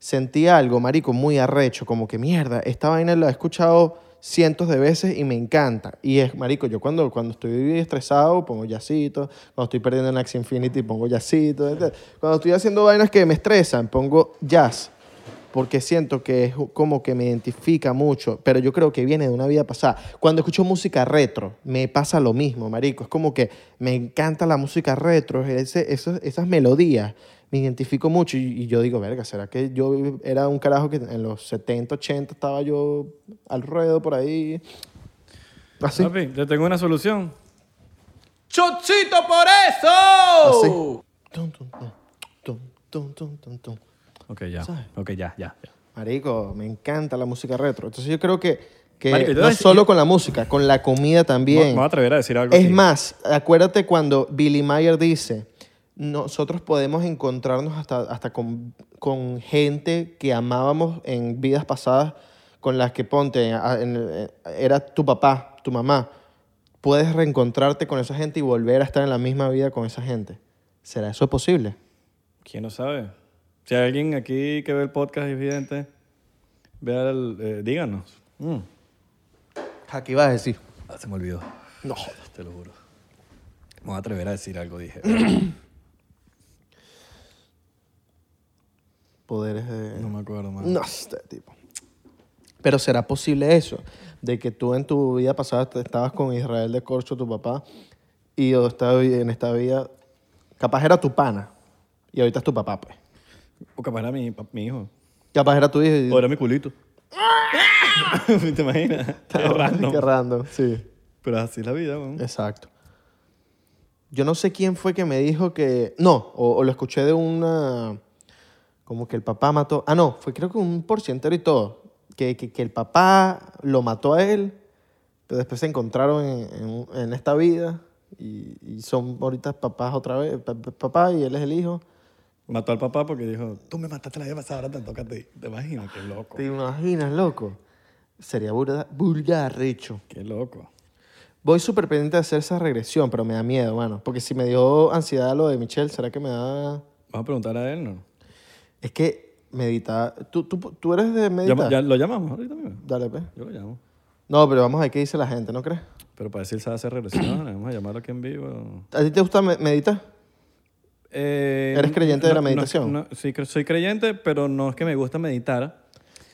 sentí algo, marico, muy arrecho, como que mierda, esta vaina la he escuchado cientos de veces y me encanta. Y es, marico, yo cuando, cuando estoy estresado pongo jazzito, cuando estoy perdiendo en Axie Infinity pongo jazzito, etc. cuando estoy haciendo vainas que me estresan pongo jazz, porque siento que es como que me identifica mucho, pero yo creo que viene de una vida pasada. Cuando escucho música retro, me pasa lo mismo, marico. Es como que me encanta la música retro, ese, esos- esas melodías. Me identifico mucho y, y yo digo, verga, ¿será que yo era un carajo que en los 70, 80 estaba yo al ruedo por ahí? Así. Papi, te tengo una solución. ¡Chocito por eso! Tum, tum, tum, tum, tum, tum, tum, tum. Ok, ya. ¿Sabes? Ok, ya, ya. ya. Marico, me encanta la música retro. Entonces yo creo que, que Marico, yo no dec- solo con la música, con la comida Me- también. Me voy a atrever a decir algo. Es aquí. más, acuérdate cuando Billy Mayer dice, nosotros podemos encontrarnos hasta, hasta con, con gente que amábamos en vidas pasadas, con las que ponte, a- en- eh, era tu papá, tu mamá. Puedes reencontrarte con esa gente y volver a estar en la misma vida con esa gente. ¿Será eso posible? ¿Quién no sabe? Si hay alguien aquí que ve el podcast y es vidente, vea el, eh, díganos. Mm. Aquí vas a decir. Ah, se me olvidó. No. Te lo juro. Me voy a atrever a decir (clears throat) algo, dije. Poderes de... no me acuerdo, más. No, este tipo. Pero será posible eso, de que tú en tu vida pasada te- estabas con Israel de Corcho, tu papá, y o esta vi- en esta vida, capaz era tu pana, y ahorita es tu papá, pues. O capaz era mi, pa- mi hijo. Capaz era tu hijo y... (laughs) O era mi culito. (laughs) ¿Te imaginas? Qué (laughs) random. Qué random, sí. Pero así es la vida, weón. Exacto. Yo no sé quién fue que me dijo que... No, o, o lo escuché de una... Como que el papá mató... Ah, no, fue creo que un porcientero y todo. Que, que, que el papá lo mató a él, pero después se encontraron en, en- en esta vida y, y son ahorita papás otra vez, pa- pa- papá y él es el hijo. Mató al papá porque dijo, tú me mataste la vida pasada, ahora te toca a ti. ¿Te imaginas? Qué loco. ¿Te imaginas, loco? Sería burda, burda arrecho. Qué loco. Voy súper pendiente de hacer esa regresión, pero me da miedo, mano. Porque si me dio ansiedad lo de Michelle, ¿será que me da...? Vamos a preguntar a él, ¿no? Es que meditar... ¿Tú, tú, tú eres de meditar? Llama- ya, lo llamamos ahorita mismo. Dale, pues. Yo lo llamo. No, pero vamos a ver qué dice la gente, ¿no crees? Pero para decir, ¿sabe hacer regresiones? Vamos a llamarlo aquí en vivo. ¿A ti te gusta me- meditar? Eh, ¿Eres creyente de la no- no- meditación? no- sí, cre- soy creyente, pero no es que me gusta meditar.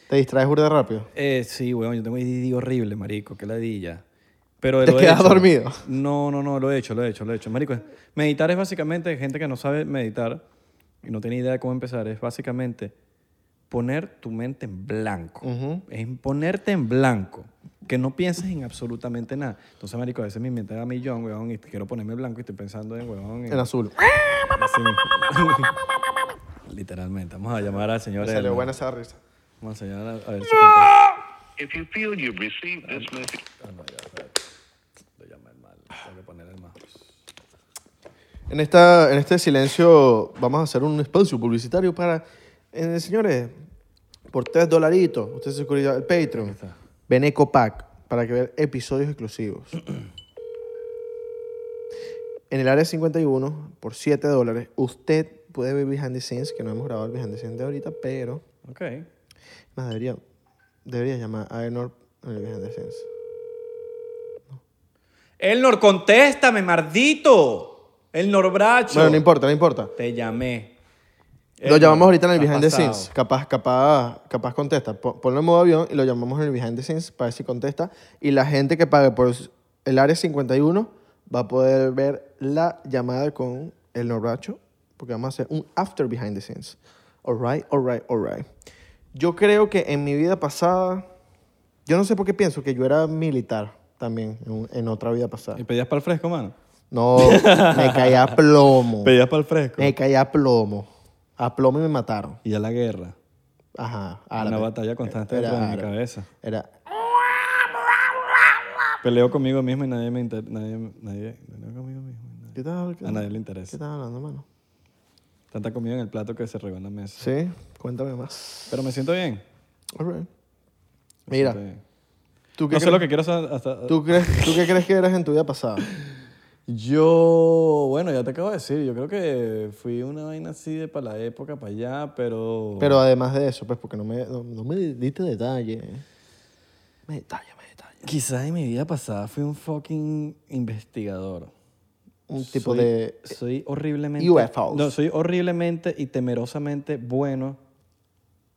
¿Te distraes burda rápido? Eh, sí, weón, yo tengo ADD horrible, marico, qué ladilla. Pero ¿Te lo he quedas hecho. dormido? No, no, no, lo he hecho, lo he hecho, lo he hecho. Marico, es- meditar es básicamente, gente que no sabe meditar y no tiene idea de cómo empezar, es básicamente poner tu mente en blanco. Ujú. Es ponerte en blanco, que no pienses en absolutamente nada. Entonces, marico, a veces mi mente da millón, weón, y quiero ponerme blanco y estoy pensando en, weón, en- En azul. Así mismo. Literalmente. Vamos a llamar al señor. Me salió Elmer. buena esa risa. Vamos a llamar a, a ver si contesta. If you feel you've received this message, Tengo que poner el mouse. En, esta, en este silencio vamos a hacer un espacio publicitario para... eh, señores, por tres dolaritos, usted se suscribe al Patreon. Beneco Pack, para que vean episodios exclusivos. (clears throat) en el área 51, por 7 dólares, usted puede ver Behind the Scenes, que no hemos grabado el Behind the Scenes de ahorita, pero... Ok. Más, debería, debería llamar a Enor en el Behind the Scenes. Elnor, contéstame, mardito. Elnor Bracho. Bueno, no importa, no importa. Te llamé. Lo Elnor, llamamos ahorita en el estás behind the pasado. scenes. Capaz, capaz, capaz contesta. Po- Ponlo en modo avión y lo llamamos en el behind the scenes para ver si contesta. Y la gente que pague por el área 51 va a poder ver la llamada con el Norracho porque vamos a hacer un after behind the scenes. Alright, alright, alright. Yo creo que en mi vida pasada, yo no sé por qué pienso que yo era militar también en, un- en otra vida pasada. ¿Y pedías para el fresco, mano? No, me caí a plomo. Pedías para el fresco. Me caí a plomo. A plomo y me mataron. Y ya la guerra. Ajá, Una árabe. batalla constante Era dentro de mi árabe. cabeza. Era. Peleo conmigo mismo y nadie me inter... nadie, nadie... peleo conmigo mismo. y nadie- ¿Qué estás hablando? A nadie le ¿Qué interesa. estás hablando, mano? Tanta comida en el plato que se regó en la mesa. Sí, cuéntame más. Pero me siento bien. All right. Me Mira, siento bien. ¿tú qué, No sé crees, lo que quiero saber hasta... ¿tú, crees, ¿tú qué crees que eras en tu vida (laughs) pasada? Yo, bueno, ya te acabo de decir, yo creo que fui una vaina así de para la época, para allá, pero... Pero además de eso, pues, porque no me, no, no me diste detalle. Me detalle, me detalle. Quizás en mi vida pasada fui un fucking investigador. Un tipo Soy- de. Soy horriblemente... UFOs. No, soy horriblemente y temerosamente bueno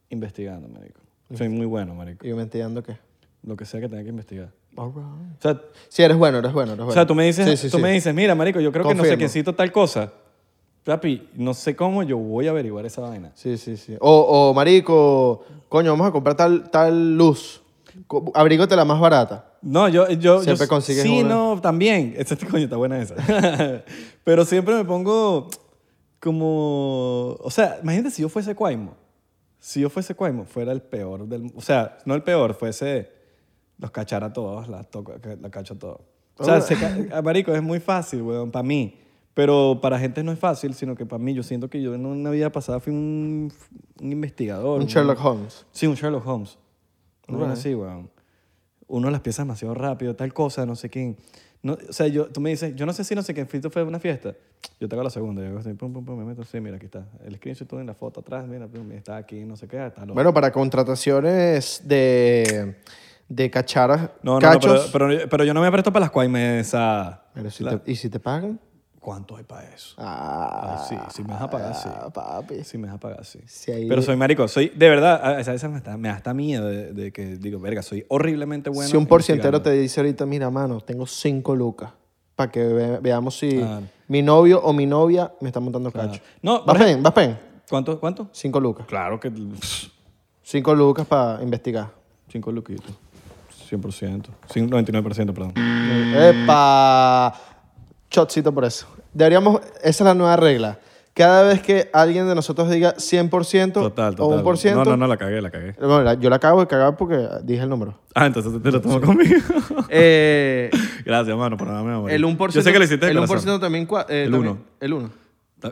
investigando, marico. Soy muy bueno, marico. Y yo me entiendo que. Lo que sea que tenga que investigar. All right. O sea, Si eres bueno, eres bueno, eres bueno. o sea tú me dices, Sí, sí, tú sí. me dices mira, marico, yo creo que no sé Confirmo. quién citó tal cosa. Papi, no sé cómo yo voy a averiguar esa vaina. Sí, sí, sí. O, o marico, coño, vamos a comprar tal, tal luz. Co- Abrígate la más barata. No, yo, yo Siempre yo- consigues Sí, una. no, también. (laughs) Esa coño está buena esa. (laughs) Pero siempre me pongo como, o sea, imagínate si yo fuese Cuaimo. Si yo fuese Cuaimo, fuera el peor del, o sea, no el peor, fuese los cachar a todos, la toco, la cacho a todos. O sea, se ca- marico, es muy fácil, weón, para mí. Pero para gente no es fácil, sino que para mí yo siento que yo en una vida pasada fui un, un investigador. Un weón. Sherlock Holmes. Sí, un Sherlock Holmes. No Right. así, weón. Uno de las piezas demasiado rápido, tal cosa, no sé quién. No, o sea, yo, tú me dices, yo no sé si no sé quién fue fue a una fiesta. Yo te hago la segunda. Yo hago así, pum, pum, pum, me meto así, mira, aquí está. El screenshot todo en la foto atrás, mira, pum, está aquí, no sé qué, está loco. Bueno, para contrataciones de, de cacharas, no, no, no, pero, cachos. pero, pero, pero yo no me presto para las cuaimes esa... si te- ¿Y si te pagan? ¿Cuánto hay para eso? Ah, Ay, sí, sí me vas a pagar, sí. papi. Sí, me vas a pagar, sí. Sí, ahí- Pero soy marico, soy, de verdad, a- a esa, esa me, da, me da hasta miedo de, de que, digo, verga, soy horriblemente bueno. si un investigando. porcientero te dice ahorita, mira, mano, tengo cinco lucas para que ve- veamos si Claro. mi novio o mi novia me está montando cacho. Ah. No, por vas pen, vas pen. ¿Cuánto? ¿Cuánto? Cinco lucas. Claro que. pff, Cinco lucas para investigar. Cinco luquitos. 100%. Cin- 99%, perdón. Eh, ¡Epa! Chotcito por eso. Deberíamos, esa es la nueva regla. Cada vez que alguien de nosotros diga 100% Total, o total. 1%, No, no, no, la cagué, la cagué. bueno, la- yo la acabo de cagar porque dije el número. Ah, entonces te lo tomo conmigo. (laughs) Eh, Gracias, mano, por darme amor. el 1%. Yo sé que lo hiciste de El 1% corazón. también. cua- eh, El también- uno. El 1.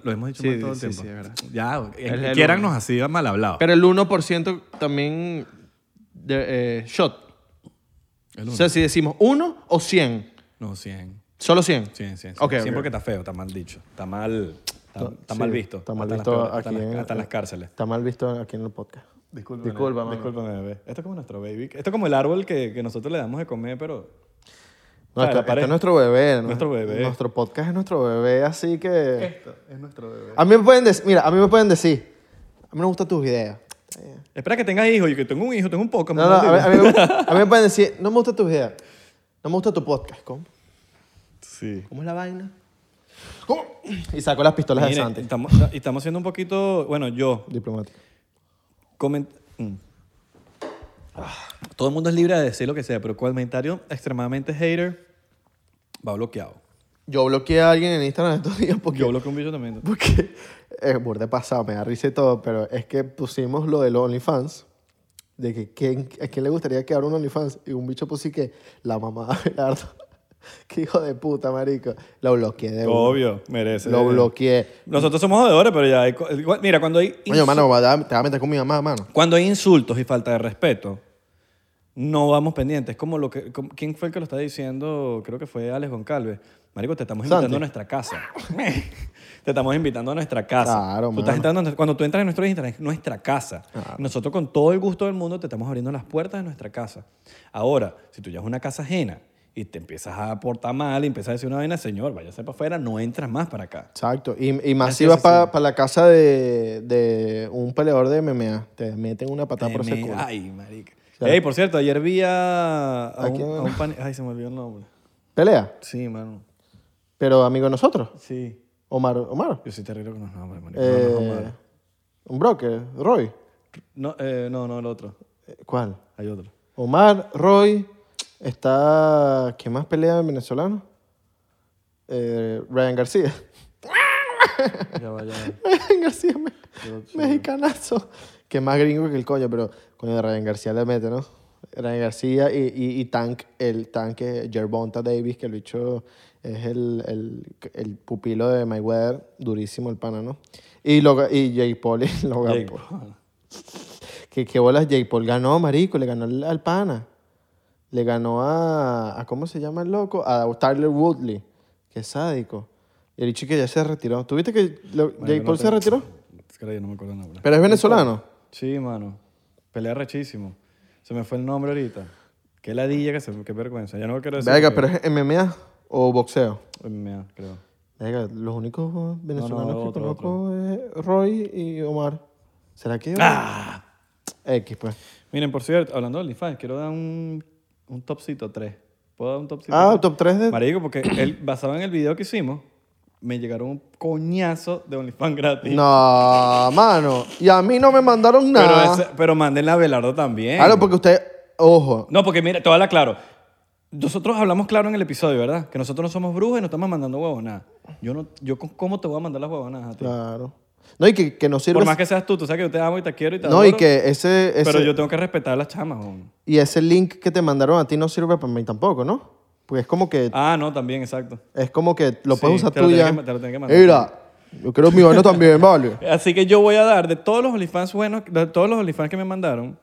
Lo hemos dicho Sí, mal todo el sí, tiempo. sí, es verdad. Ya, ok. Es el quiérannos así, mal hablado. Pero el 1% también. De, eh, shot. El uno. O sea, si decimos 1 o 100. No, 100. Solo 100. 100, 100. Ok, 100 ok. porque está feo, está mal dicho. Está mal, está, está Sí, mal visto. Está mal Hasta las visto peores- hasta aquí. las- en- Hasta las cárceles. Está mal visto aquí en el podcast. Disculpa, Disculpa, mami. Discúlpame, bebé. Esto es como nuestro baby. Esto es como el árbol que, que nosotros le damos de comer, pero... No, Ah, esto- la este pared. es nuestro bebé. ¿no? Nuestro bebé. Nuestro podcast es nuestro bebé, así que... es nuestro bebé. A mí me pueden decir, mira, a mí me pueden decir, a mí me gustan tus ideas. Espera que tengas hijos. Yo que tengo un hijo, tengo un poco. No, no, a mí, a mí me, a mí me pueden decir, no me gustan tus ideas, no me gusta tu podcast, ¿cómo? Sí. ¿Cómo es la vaina? ¿Cómo? Y sacó las pistolas de Miren, Santi. estamos, y estamos siendo un poquito... Bueno, yo... Diplomático. Coment- Mm. Todo el mundo es libre de decir lo que sea, pero comentario extremadamente hater va bloqueado. Yo bloqueé a alguien en Instagram estos días porque... Yo bloqueo un bicho también. Porque es burde pasado, me da risa y todo, pero es que pusimos lo del OnlyFans, de que ¿quién, a quién le gustaría que abra un OnlyFans, y un bicho pusi que la mamá (laughs) de Abelardo, que hijo de puta, marico, lo bloqueé de una. Obvio, merece. Lo bloqueé. Nosotros somos jodedores, pero ya hay co- igual- Mira, cuando hay, Coño, insu- mano, va a dar- te vas a meter con mi mamá, mano. cuando hay insultos y falta de respeto, no vamos pendientes. Como lo que, como- ¿Quién fue el que lo está diciendo? Creo que fue Alex Goncalves. Marico, te estamos invitando Santi. a nuestra casa. (laughs) te estamos invitando a nuestra casa. Claro, Tú estás mano. entrando a nuestra- cuando tú entras en nuestro Instagram, es nuestra casa. Nosotros con todo el gusto del mundo te estamos abriendo las puertas de nuestra casa. Ahora, si tú ya es una casa ajena y te empiezas a portar mal y empiezas a decir una vaina, señor, váyase para afuera, no entras más para acá. Exacto. Y, y más Así si vas es, para así. la casa de, de un peleador de MMA, te meten una patada por ese Teme- culo. Eh, Ay, marica. Claro. Ey, por cierto, ayer vi a, a ¿A un, quién? a un pan- Ay, se me olvidó el nombre. Pelea, Sí, mano. pero amigo de nosotros, Sí. Omar, Omar, Yo soy terrible con los nombres, marica. Eh, No, no, Omar. un broker, Roy. No, eh, no, no, el otro. Eh, ¿Cuál? Hay otro. Omar, Roy, está... ¿Quién más pelea en venezolano? Eh, Ryan García. (laughs) (laughs) Ya va, ya va. Ryan García, me- mexicanazo. Que más gringo que el coño, pero coño de Ryan García le mete, ¿no? Ryan García y, y- y Tank, el tanque Gervonta Davis, que lo hecho es el, el, el pupilo de Mayweather, durísimo el pana, ¿no? Y, Loga- y Jake Paul (laughs) y Logan Jake Paul. Paul. Que qué bolas Jake Paul ganó, marico, le ganó al, al pana. Le ganó a, a ¿cómo se llama el loco? A Tyler Woodley. Qué sádico. Y el chico ya se retiró. ¿Tuviste que lo- Jake Marico, Paul no se te- retiró? Es que yo no me acuerdo el nombre. Pero es venezolano. Sí, mano. Pelea rechísimo. Se me fue el nombre ahorita. Qué ladilla, que se, qué vergüenza. Ya no lo quiero decir. Venga, porque- pero es MMA o boxeo. MMA, creo. Venga, los únicos venezolanos no, que otro, conozco es Roy y Omar. ¿Será que? Ah. X, pues. Miren, por cierto, hablando de OnlyFans, quiero dar un, un topcito 3. ¿Puedo dar un topcito Ah, tres? top 3 de. pues, Marico, porque él, basado en el video que hicimos, me llegaron un coñazo de OnlyFans gratis. No, mano. Y a mí no me mandaron Pero, nada. ese- pero manden a Belardo también. Claro, porque usted. Ojo. No, porque mira, te voy a hablar claro. Nosotros hablamos claro en el episodio, ¿verdad? Que nosotros no somos brujos y no estamos mandando huevonadas. Yo no, yo con- cómo te voy a mandar las huevonadas a ti. Claro. No, y que, que no sirve. Este, Por más que seas tú, tú sabes que yo te amo y te quiero y te no, y adoro, que ese, ese- Pero yo tengo que respetar a las chamas, weón. y ese link que te mandaron a ti no sirve para mí tampoco, ¿no? Porque es como que Ah, no, también, exacto. es como que lo Sí, puedes usar te lo tú tenés ya. que- te lo tenés que mandar. Mira, yo quiero mi baño (laughs) también, vale. Así que yo voy a dar de todos los OnlyFans buenos, de todos los OnlyFans que me mandaron,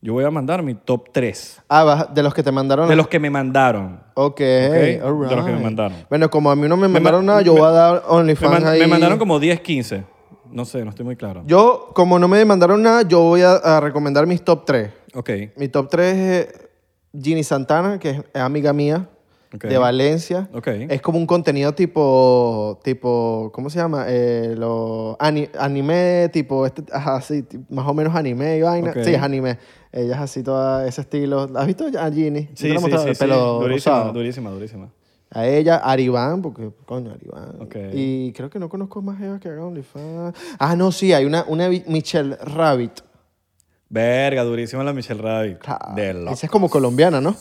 yo voy a mandar mi top 3 Ah, vas- de los que te mandaron. de los que me mandaron. Ok, de all right. los que me mandaron. Bueno, como a mí no me Me mandaron ma- nada, yo me- voy a dar Me, OnlyFans man- ahí. me mandaron como 10, 15. No sé, no estoy muy claro. Yo, como no me mandaron nada, yo voy a, a recomendar mis top 3. Ok. Mi top 3 es eh, Ginny Santana, que es, es amiga mía, Ok. de Valencia. Ok. Es como un contenido tipo, tipo ¿cómo se llama? Eh, lo, ani- anime, tipo, este, ajá, sí, ti- más o menos anime y vaina. Ok. Sí, es anime. Ella es así, toda ese estilo. ¿Has visto a Ginny? Yo te Sí, la sí, mostraba, sí, el sí. pelo Durísima, rosado. durísima, durísima. A ella, Aribán, porque, coño, Aribán. Ok. Y creo que no conozco más Eva que haga OnlyFans. Ah, no, sí, hay una, una vi- Michelle Rabbit. Verga, durísima la Michelle Rabbit. Claro. De loco. Esa es como colombiana, ¿no?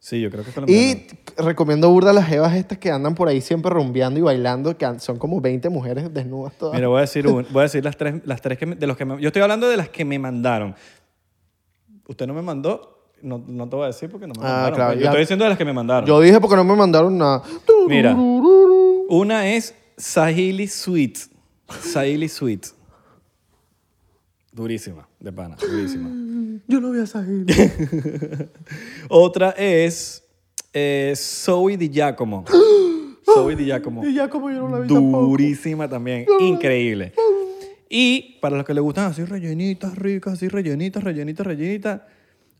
Sí, yo creo que es Y colombiana. t- recomiendo burda las jevas estas que andan por ahí siempre rumbeando y bailando, que an- son como 20 mujeres desnudas todas. Mira, voy a decir, un- voy a decir las tres, las tres que me- de los que me- Yo estoy hablando de las que me mandaron. Usted no me mandó, no, no te voy a decir porque no me Ah, mandaron. claro, pues. Yo ya. estoy diciendo de las que me mandaron. Yo dije porque no me mandaron nada. Mira. Tururururu. Una es Sahili Sweet. Sahili Sweet. Durísima, de pana, durísima. Yo no voy a salir. Otra es eh, Zoe Di (gasps) Giacomo. Zoe Di Giacomo. y ya como yo no la vi tampoco. Durísima también, increíble. Y para los que les gustan así rellenitas, ricas, así rellenitas, rellenitas, rellenitas,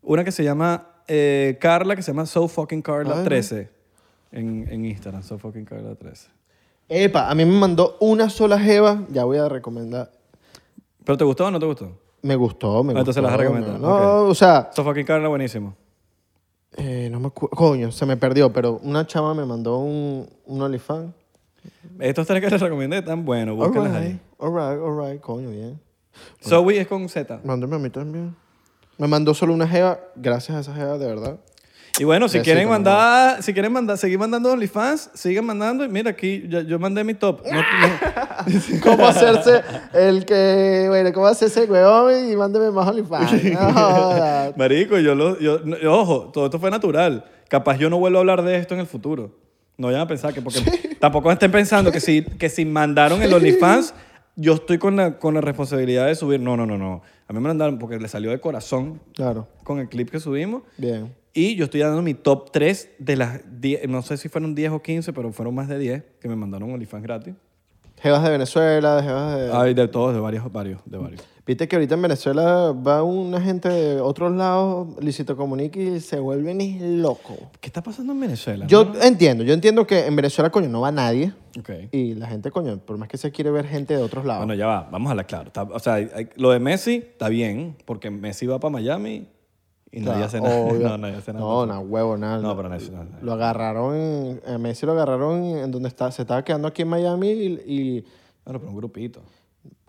una que se llama eh, Carla, que se llama So Fucking Carla Ay. 13 en, en Instagram, So Fucking Carla 13. Epa, a mí me mandó una sola jeva, ya voy a recomendar. ¿Pero te gustó o no te gustó? Me gustó, me Ah, entonces gustó. las recomendas, No, no, o sea, So Fucking Carla, buenísimo. eh, no me acuerdo. Coño, se me perdió, pero una chama me mandó un, un OnlyFans. Estos tres que les recomendé están buenos, búscalas ahí. alright, alright, coño, bien. Zoe es con Z. Mándame a mí también. Me mandó solo una jeva, gracias a esa jeva, de verdad. Y bueno, si Besito, quieren mi amor. mandar, si quieren mandar, seguir mandando OnlyFans, sigan mandando. Y mira, aquí ya- yo mandé mi top. No- (laughs) no- ¿Cómo hacerse el que, bueno, cómo hacerse el huevón y mándeme más (laughs) OnlyFans? No, joda. Marico, yo lo. Yo, no- ojo, todo esto fue natural. Capaz yo no vuelvo a hablar de esto en el futuro. No vayan a pensar que. Porque tampoco estén pensando que si, que si mandaron el OnlyFans, yo estoy con la, con la responsabilidad de subir. No, no, no, no. A mí me mandaron porque le salió de corazón Claro, con el clip que subimos. bien. Y yo estoy dando mi top 3 de las 10, no sé si fueron 10 o 15, pero fueron más de 10 que me mandaron OnlyFans gratis. Jevas de Venezuela, jevas de... Ay, de todos, de varios, varios, de varios. Viste que ahorita en Venezuela va una gente de otros lados, Luisito Comunica, y se vuelven es loco. ¿Qué está pasando en Venezuela? Yo mano? entiendo, yo entiendo que en Venezuela, coño, no va nadie. Ok. Y la gente, coño, por más que se quiere ver gente de otros lados. Bueno, ya va, vamos a la claro. Está- o sea, hay- hay- lo de Messi está bien, porque Messi va para Miami y nadie hace nada. Obvio. (laughs) No, nadie hace nada. No, no, huevo, nada. No, pero Messi no, no. Lo agarraron, a Messi lo agarraron en donde está, se estaba quedando aquí en Miami y, y- Bueno, pero un grupito.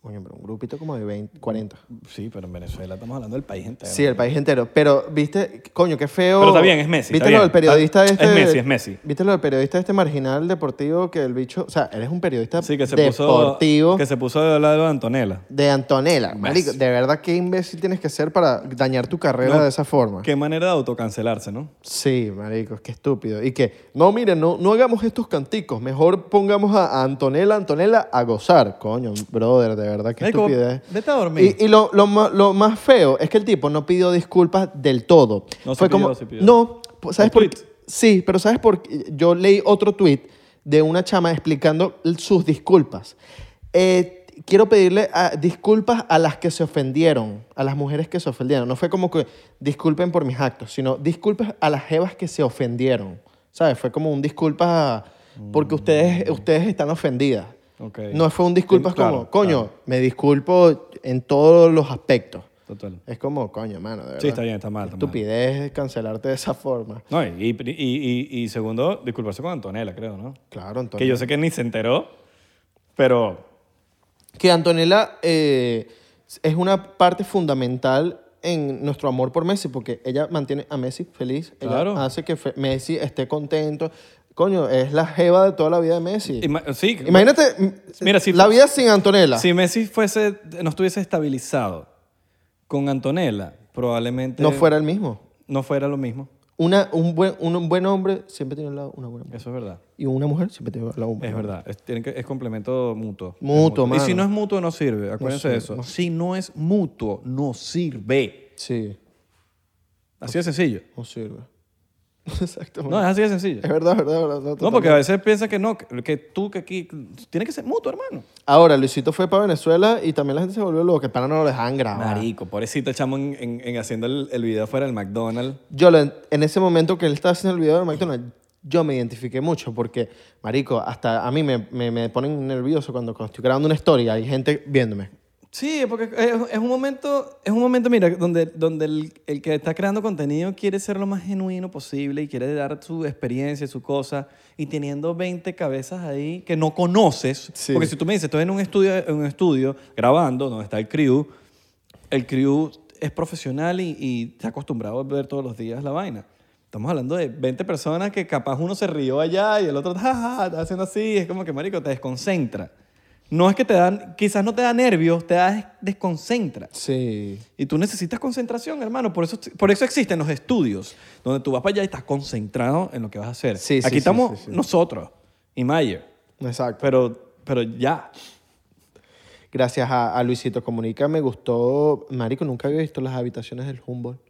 coño, pero un grupito como de 20, 40. Mm. Sí, pero en Venezuela estamos hablando del país entero. Sí, el país entero. Pero, viste, coño, qué feo. Pero está bien, es Messi, ¿Viste está lo bien. del periodista Está- este? es Messi, es Messi. ¿Viste lo del periodista este marginal deportivo que el bicho. O sea, eres un periodista Sí, que se deportivo puso. Que se puso del lado de Antonella. de Antonella. Marico, de verdad, qué imbécil tienes que ser para dañar tu carrera No. de esa forma. Qué manera de autocancelarse, ¿no? Sí, marico, qué estúpido. Y que, no, miren, no, no hagamos estos canticos. Mejor pongamos a a Antonella, Antonella a gozar. Coño, brother, de verdad, qué Ay, como- estupidez. vete a dormir. Y, y lo, lo ma- lo más feo es que el tipo no pidió disculpas del todo. No, sí Fue pidió, como, sí pidió. no, po- ¿sabes ¿El por qué? tweet? Sí, pero ¿sabes por qué? Yo leí otro tweet de una chama explicando sus disculpas. Eh, quiero pedirle ah, disculpas a las que se ofendieron, a las mujeres que se ofendieron. No fue como que disculpen por mis actos, sino disculpas a las jevas que se ofendieron. ¿Sabes? Fue como un disculpas porque ustedes, ustedes están ofendidas. Mm. Ok. No fue un disculpas Claro, como, coño, me disculpo en todos los aspectos. Total. Es como, coño, mano, de verdad. Sí, está bien, está mal. está mal. Estupidez cancelarte de esa forma. No, y, y- y- y- y segundo, disculparse con Antonella, creo, ¿no? Claro, entonces. Que yo sé que ni se enteró, pero Que Antonella eh, es una parte fundamental en nuestro amor por Messi, porque ella mantiene a Messi feliz, ella Claro. hace que fe- Messi esté contento. Coño, es la jeva de toda la vida de Messi. Ima- sí, Imagínate mm, Mira, si- la vida sin Antonella. Si Messi fuese, no estuviese estabilizado con Antonella, probablemente no fuera el mismo. no fuera lo mismo. Una, un, buen, un, buen hombre siempre tiene al lado una buena mujer. Eso es verdad. Y una mujer siempre tiene al lado una Es verdad. Es, tienen que- es complemento mutuo. Es Mutuo, Y si mano. no es mutuo, no sirve. Acuérdense de eso. Si no es mutuo, no sirve. Sí, Así de sencillo. no sirve. (laughs) Exacto. No, es así de sencillo. es verdad, verdad, verdad. No, totalmente. porque a veces piensas que no, que, que tú, que aquí. Tiene que ser mutuo, hermano. Ahora, Luisito fue para Venezuela y también la gente se volvió loca. El pana no lo dejaban grabar. Marico, pobrecito el chamo en, en- en haciendo el, el video fuera del McDonald's. Yo, lo- en ese momento que él estaba haciendo el video del McDonald's, yo me identifiqué mucho porque, marico, hasta a mí me, me, me ponen nervioso cuando, cuando estoy grabando una historia hay gente viéndome. Sí, porque es, es un momento, es un momento, mira, donde, donde el, el que está creando contenido quiere ser lo más genuino posible y quiere dar su experiencia, su cosa, y teniendo 20 cabezas ahí que no conoces, Sí. porque si tú me dices, estoy en un estudio, en un estudio grabando, donde está el crew, el crew es profesional y, y está acostumbrado a ver todos los días la vaina. Estamos hablando de 20 personas que capaz uno se rió allá y el otro (laughs) "Ja, ja, ja", está haciendo así. Es como que, marico, te desconcentra. No es que te dan, quizás no te da nervios, te da des- desconcentra. Sí. Y tú necesitas concentración, hermano. Por eso, por eso existen los estudios, donde tú vas para allá y estás concentrado en lo que vas a hacer. Sí, sí, Aquí sí, estamos sí, sí. nosotros y Mayer. Exacto. Pero, pero ya. Gracias a, a Luisito Comunica me gustó. Marico, nunca había visto las habitaciones del Humboldt.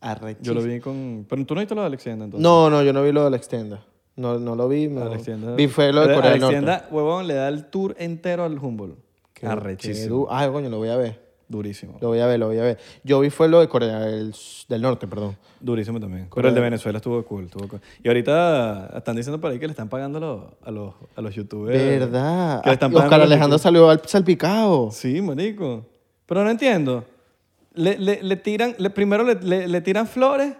Arrechísimo. Yo lo vi con... Pero tú no viste lo de Alexander, entonces. No, no, yo no vi lo de la extienda. No, no lo vi. no. Alex Tienda- Vi fue lo de Corea del Norte. Alex Tienda, huevón, le da el tour entero al Humboldt. Qué- qué Arrechísimo. du- Ay, coño, lo voy a ver. Durísimo. Lo voy a ver, lo voy a ver. Yo vi fue lo de Corea del, S- del Norte, perdón. Durísimo también. Pero el de Venezuela estuvo cool, estuvo cool. Y ahorita están diciendo por ahí que le están pagando a los, a los, a los youtubers. ¿Verdad? Ah, Eh, Que le están pagando Oscar a los Alejandro salió al- salpicado. Sí, marico. Pero no entiendo. Le, le- le tiran, le- primero le, le- le tiran flores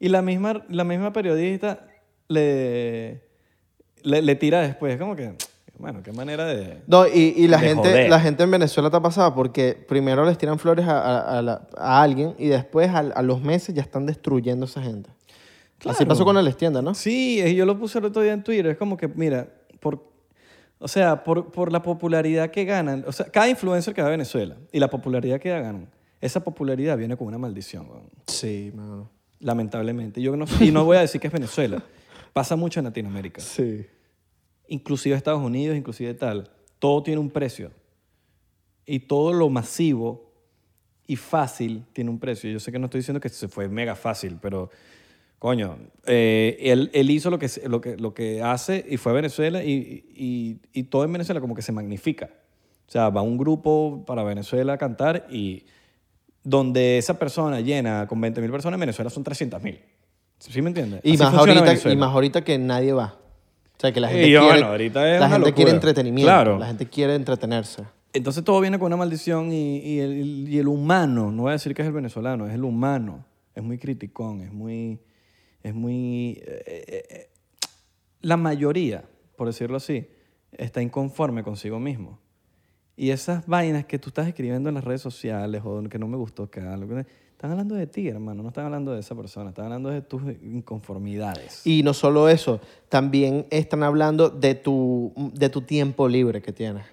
y la misma, la misma periodista le, le, le tira después. Es como que, bueno, qué manera de... No, y, y la, De gente, joder. la gente en Venezuela está pasada porque primero les tiran flores a, a- a la- a alguien y después al- a, los meses ya están destruyendo a esa gente. Así Claro. pasó con la tienda, ¿no? Sí, eh, yo lo puse el otro día en Twitter. Es como que, mira, por, o sea, por, por la popularidad que ganan, o sea, cada influencer que va a Venezuela y la popularidad que ganan, esa popularidad viene con una maldición, weón. Sí, mano. lamentablemente. Yo no, y no voy a decir que es Venezuela. Pasa mucho en Latinoamérica. Sí. inclusive Estados Unidos, inclusive tal, todo tiene un precio. Y todo lo masivo y fácil tiene un precio. Yo sé que no estoy diciendo que se fue mega fácil, pero coño, eh, él, él hizo lo que, se- lo, que, lo que hace y fue a Venezuela y, y- y todo en Venezuela como que se magnifica. O sea, va un grupo para Venezuela a cantar y donde esa persona llena con 20.000 personas en Venezuela son 300.000. ¿Sí me entiendes? Y Así más, funciona ahorita, Venezuela. y más ahorita que nadie va. O sea, que la gente, Y yo, quiere, bueno, ahorita es la una gente quiere locura. entretenimiento. Claro. La gente quiere entretenerse. Entonces todo viene con una maldición y, y el, y el humano, no voy a decir que es el venezolano, es el humano. Es muy criticón, es muy... Es muy eh, eh, eh, la mayoría, por decirlo así, está inconforme consigo mismo. Y esas vainas que tú estás escribiendo en las redes sociales o que no me gustó que algo que- Están hablando de ti, hermano, no están hablando de esa persona, están hablando de tus inconformidades. Y no solo eso, también están hablando de tu, de tu tiempo libre que tienes.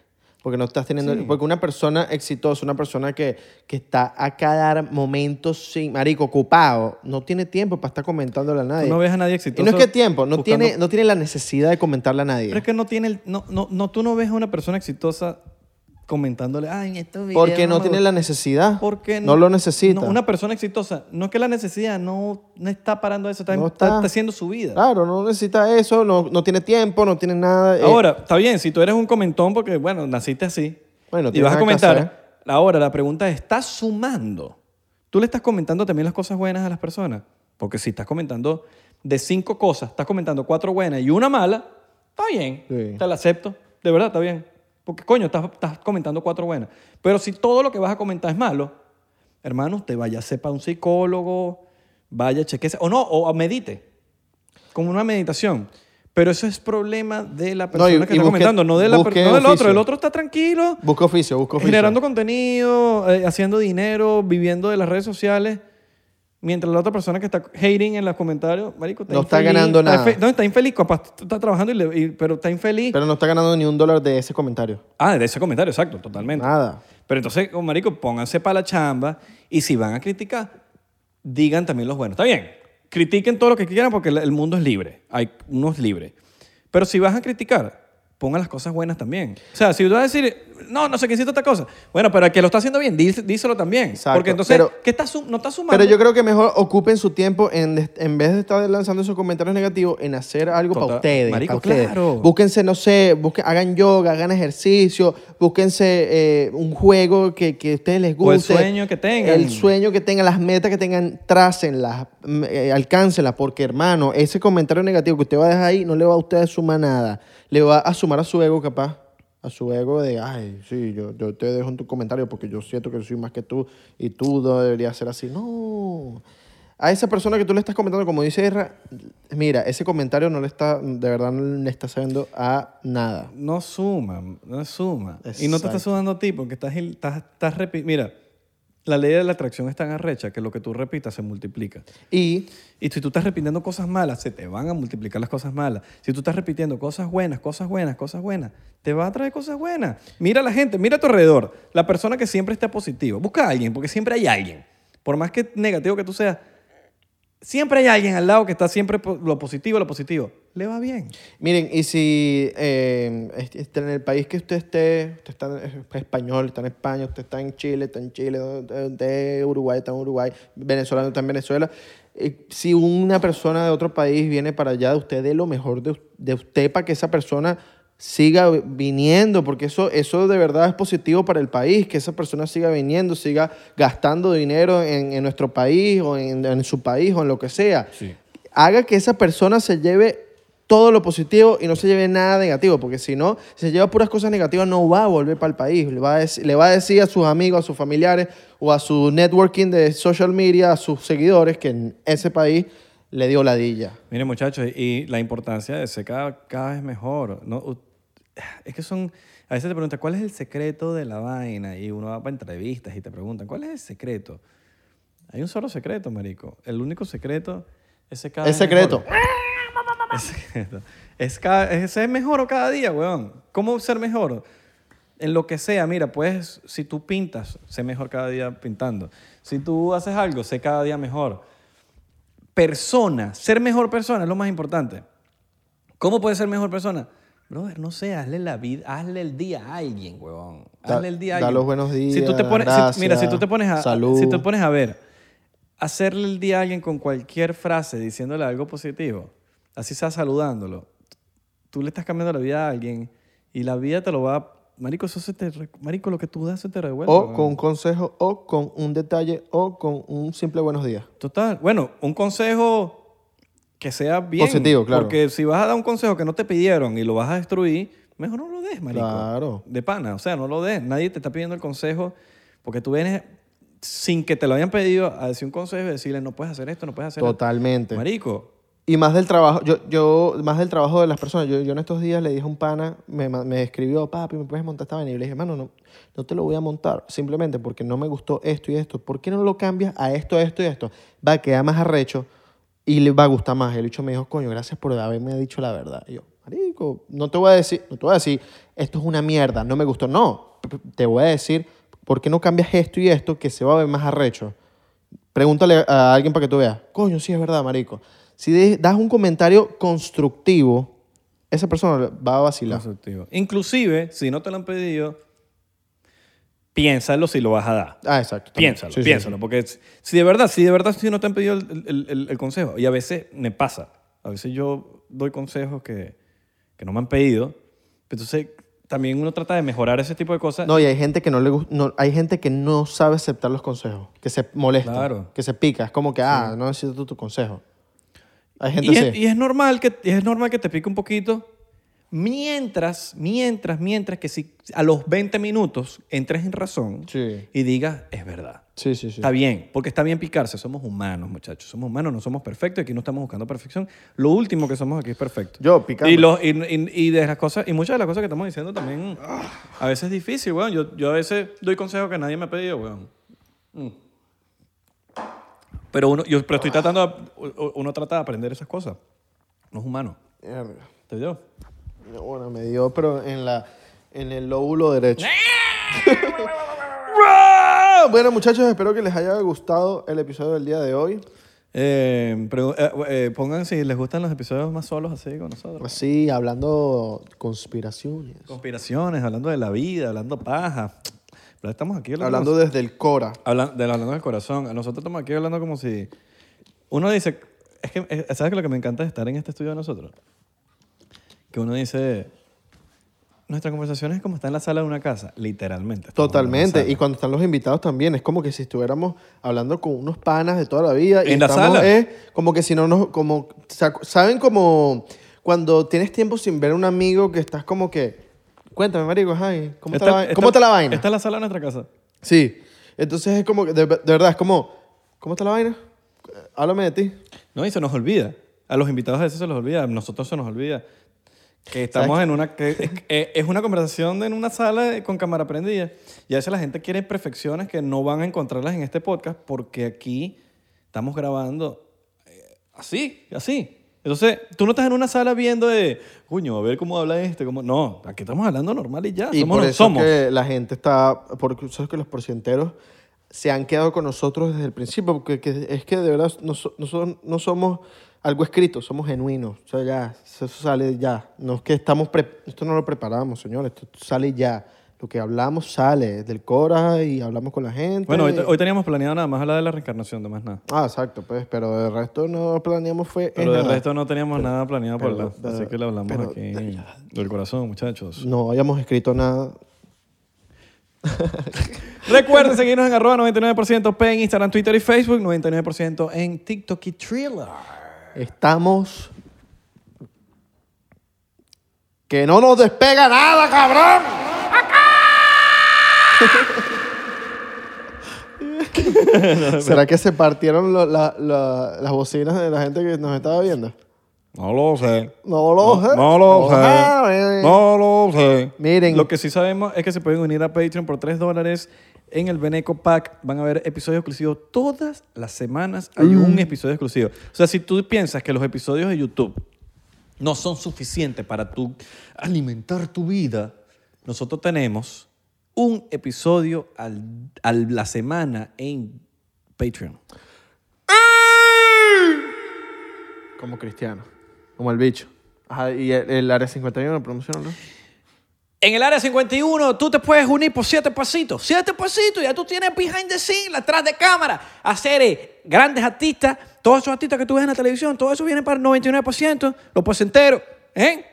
Porque no estás teniendo. Porque una persona exitosa, una persona que, que está a cada momento sin. Marico, ocupado, no tiene tiempo para estar comentándole a nadie. Tú no ves a nadie Y exitoso no es que tiempo, no, buscando- tiene, no tiene la necesidad de comentarle a nadie. Pero es que no tiene el- no, no, no, tú no ves a una persona exitosa comentándole, ay, este esto porque no tiene la necesidad. porque no, lo necesita. no, una persona exitosa, no es que la necesidad, no, no está parando eso, está, No está- está. está haciendo su vida. Claro, no necesita eso, no, no tiene tiempo, no tiene nada. eh, Ahora, está bien, si tú eres un comentón, porque bueno, naciste así. Bueno, y tienes vas a nada que comentar. Ahora, la pregunta es: ¿estás sumando? ¿Tú le estás comentando también las cosas buenas a las personas? Porque si estás comentando de cinco cosas, estás comentando cuatro buenas y una mala, está bien. Sí. Te la acepto. De verdad, está bien. Porque coño, estás, estás comentando cuatro buenas. Pero si todo lo que vas a comentar es malo, hermano, usted vaya a ser para un psicólogo, vaya, chequese. O no, o medite como una meditación. Pero eso es problema de la persona y- que y está busque- comentando, no, de la per- busque no del oficio. otro. El otro está tranquilo, busca oficio, busca oficio. generando contenido, eh, haciendo dinero, viviendo de las redes sociales. Mientras la otra persona que está hating en los comentarios, marico, No está ganando nada. infe- no, está infeliz, capaz tú estás trabajando, y le- y- pero está infeliz. Pero no está ganando ni un dólar de ese comentario. ah, de ese comentario, exacto, totalmente. Nada. Pero entonces, oh, marico, pónganse para la chamba y si van a criticar, digan también los buenos. Está bien, critiquen todo lo que quieran porque el- el mundo es libre. Hay unos libres. Pero si vas a criticar, pongan las cosas buenas también. O sea, si tú vas a decir, no, no sé quién hizo esta cosa. Bueno, pero el que lo está haciendo bien, dí- díselo también. Exacto, Porque entonces, pero- ¿qué estás sum- no estás sumando? Pero yo creo que mejor ocupen su tiempo en, des- en vez de estar lanzando esos comentarios negativos en hacer algo para Total- ustedes. marico, pa' ustedes. claro. Búsquense, no sé, busquen, hagan yoga, hagan ejercicio, búsquense eh, un juego que, que a ustedes les O el guste. sueño que tengan. El sueño que tengan, las metas que tengan, trácenlas, mm, eh, alcáncenlas, porque hermano, ese comentario negativo que usted va a dejar ahí no le va a usted a sumar nada. Le va a sumar a su ego capaz. A su ego de, ay, sí, yo, yo te dejo en tu comentario porque yo siento que soy más que tú y tú no deberías ser así. No. A esa persona que tú le estás comentando, como dice Erra, mira, ese comentario no le está, de verdad, no le está sabiendo a nada. No suma, no suma. Y no te Exacto. estás sumando a ti porque estás, estás, estás repi- Mira, la ley de la atracción es tan arrecha que lo que tú repitas se multiplica. Y Y si tú estás repitiendo cosas malas, se te van a multiplicar las cosas malas. Si tú estás repitiendo cosas buenas, cosas buenas, cosas buenas, te va a traer cosas buenas. Mira a la gente, mira a tu alrededor. La persona que siempre está positiva. Busca a alguien, porque siempre hay alguien. Por más que negativo que tú seas, siempre hay alguien al lado que está siempre po- lo positivo, lo positivo. Le va bien. miren, y si eh, este- este, en el país que usted esté, usted está en- es español, está en España, usted está en Chile, está en Chile, de Uruguay, está en Uruguay, venezolano está en Venezuela. eh, Si una persona de otro país viene para allá, usted dé lo mejor de, de usted para que esa persona siga viniendo, porque eso, eso de verdad es positivo para el país, que esa persona siga viniendo, siga gastando dinero en, en nuestro país o en, en su país o en lo que sea. Sí. haga que esa persona se lleve todo lo positivo y no se lleve nada negativo, porque si no, si se lleva puras cosas negativas, no va a volver para el país. Le va, a dec- le va a decir a sus amigos, a sus familiares o a su networking de social media, a sus seguidores, que en ese país le dio ladilla. Miren, muchachos, y la importancia de ser cada, cada vez mejor. ¿no? U- Es que son. A veces te preguntan, ¿cuál es el secreto de la vaina? Y uno va para entrevistas y te preguntan, ¿cuál es el secreto? Hay un solo secreto, marico. El único secreto es ser cada Es vez secreto. mejor. Es secreto. Es, ca- es ser mejor cada día, weón. ¿Cómo ser mejor? En lo que sea, mira, pues si tú pintas, sé mejor cada día pintando. Si tú haces algo, sé cada día mejor. Persona, ser mejor persona es lo más importante. ¿Cómo puedes ser mejor persona? Brother, no sé, hazle la vida, hazle el día a alguien, huevón. Da- Hazle el día a da alguien. los buenos Si tú te días, pones, si- mira, si tú gracias, te pones a, salud. si te pones a ver, hacerle el día a alguien con cualquier frase diciéndole algo positivo, así sea saludándolo, tú le estás cambiando la vida a alguien y la vida te lo va a... Marico, eso se te... re- Marico, lo que tú das se te revuelve. O huevón. con un consejo, o con un detalle, o con un simple buenos días. Total. Bueno, un consejo que sea bien. Positivo, claro. Porque si vas a dar un consejo que no te pidieron y lo vas a destruir, mejor no lo des, marico. Claro. De pana, o sea, no lo des. Nadie te está pidiendo el consejo porque tú vienes sin que te lo hayan pedido a decir un consejo y decirle no puedes hacer esto, no puedes hacer Totalmente. esto. Marico, Y más del trabajo, yo, yo, más del trabajo de las personas. Yo, yo en estos días le dije a un pana, me, ma- me escribió, papi, ¿me puedes montar esta vaina? Y yo le dije, mano, no, no te lo voy a montar, simplemente porque no me gustó esto y esto. ¿Por qué no lo cambias a esto, esto y esto? Va a quedar más arrecho y le va a gustar más. El bicho me dijo, coño, gracias por haberme dicho la verdad. Y yo, marico, no te voy a decir, no te voy a decir, esto es una mierda, no me gustó. No, p- p- te voy a decir, ¿por qué no cambias esto y esto que se va a ver más arrecho? Pregúntale a alguien para que tú veas. Coño, sí es verdad, marico. Si de- das un comentario constructivo, esa persona va a vacilar. constructivo. Inclusive, si no te lo han pedido, piénsalo si lo vas a dar. Ah, exacto. también. Piénsalo, Sí, sí, piénsalo. Porque si- si de verdad, si de verdad si no te han pedido el, el- el- el consejo, y a veces me pasa, a veces yo doy consejos que, que no me han pedido, entonces también uno trata de mejorar ese tipo de sí. cosas. No, y hay gente que no le gus- no, hay gente que no sabe aceptar los consejos, que se molesta, Claro. que se pica, es como que ah, no necesito tu, tu consejo. Hay gente y, es, así. y es normal que, y es normal que te pique un poquito. Mientras, mientras, mientras que si a los 20 minutos entres en razón Sí. y digas, es verdad. Sí, sí, sí. Está bien, porque está bien picarse. Somos humanos, muchachos. Somos humanos, no somos perfectos. Aquí no estamos buscando perfección. Lo último que somos aquí es perfecto. Yo, picando. Y, lo- y, y- y de las cosas, y muchas de las cosas que estamos diciendo también, a veces es difícil, weón. Yo, yo a veces doy consejos que nadie me ha pedido, weón. Mm. Pero uno, yo pero estoy tratando, de- u- u- uno trata de aprender esas cosas. No es humano. Mierda. ¿Te dio? Bueno, me dio, pero en la en el lóbulo derecho. ¡Eh! (laughs) bueno, muchachos, espero que les haya gustado el episodio del día de hoy. Eh, pregu- eh, eh, pongan si les gustan los episodios más solos así con nosotros. Así, Pues hablando conspiraciones. Conspiraciones, hablando de la vida, hablando paja. Pero estamos aquí hablando, Hablando desde el Cora. habla- del- hablando del corazón. A Nosotros estamos aquí hablando como si... Uno dice... Es que, eh, ¿sabes que lo que me encanta de estar en este estudio de nosotros? Que uno dice... Nuestra conversación es como estar en la sala de una casa. Literalmente. estamos Totalmente. en Y una sala. cuando están los invitados también, es como que si estuviéramos hablando con unos panas de toda la vida. y En la estamos, sala. eh, como que si no nos... Como, sac- ¿Saben como cuando tienes tiempo sin ver a un amigo que estás como que... Cuéntame, marico, ay, ¿cómo, está, Esta- la, vai- esta- ¿cómo está la vaina? Esta es la sala de nuestra casa. Sí. Entonces es como que, de, de verdad, es como... ¿Cómo está la vaina? Háblame de ti. No, y se nos olvida. A los invitados a veces se los olvida. A nosotros se nos olvida. Que estamos en una. Que es, eh, es una conversación en una sala con cámara prendida. Y a veces la gente quiere perfecciones que no van a encontrarlas en este podcast porque aquí estamos grabando eh, así, así. Entonces, tú no estás en una sala viendo de, coño, a ver cómo habla este, cómo... No, aquí estamos hablando normal y ya. Y somos, por lo- eso somos. que la gente está, porque sabes que los porcienteros se han quedado con nosotros desde el principio, porque que- es que de verdad no, so- no son- no somos algo escrito, somos genuinos. O sea, ya, eso sale ya. No es que estamos, pre- esto no lo preparamos, señores, esto sale ya. Lo que hablamos sale del Cora y hablamos con la gente. Bueno, hoy, hoy teníamos planeado nada más hablar de la reencarnación, de más nada. Ah, exacto, pues, pero de resto no planeamos fue... es Pero del nada. resto no teníamos nada planeado por pero- hablar. pero- así que le hablamos pero- aquí del corazón, muchachos. No habíamos escrito nada. Recuerden seguirnos en arroba 99% P en Instagram, Twitter y Facebook, 99% en TikTok y Thriller. Estamos... Que no nos despega nada, cabrón. (laughs) ¿Será que se partieron lo- la- la- las bocinas de la gente que nos estaba viendo? No lo sé. No lo sé. No lo sé. sé. No eh, lo sé. Miren. Lo que sí sabemos es que se pueden unir a Patreon por 3 dólares en el Beneco Pack. Van a haber episodios exclusivos todas las semanas. Hay un episodio exclusivo. O sea, si tú piensas que los episodios de YouTube no son suficientes para tú alimentar tu vida, nosotros tenemos un episodio al, a la semana en Patreon. Como cristiano. Como el bicho. Ajá, y el, el área 51 lo promocionaron, ¿no? En el área 51 tú te puedes unir por siete pasitos. Siete pasitos, ya tú tienes behind the scenes, atrás de cámara, hacer eh, grandes artistas, todos esos artistas que tú ves en la televisión, todo eso viene para el 99%, los porcenteros, ¿eh?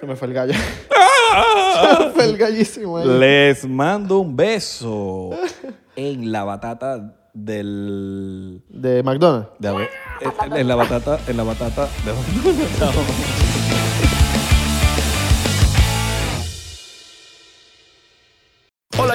Se me fue el (laughs) gallo. Se me fue el gallísimo. ahí. Les mando un beso en la batata del De McDonald's. de haber- en- en la batata, en la batata de Hola,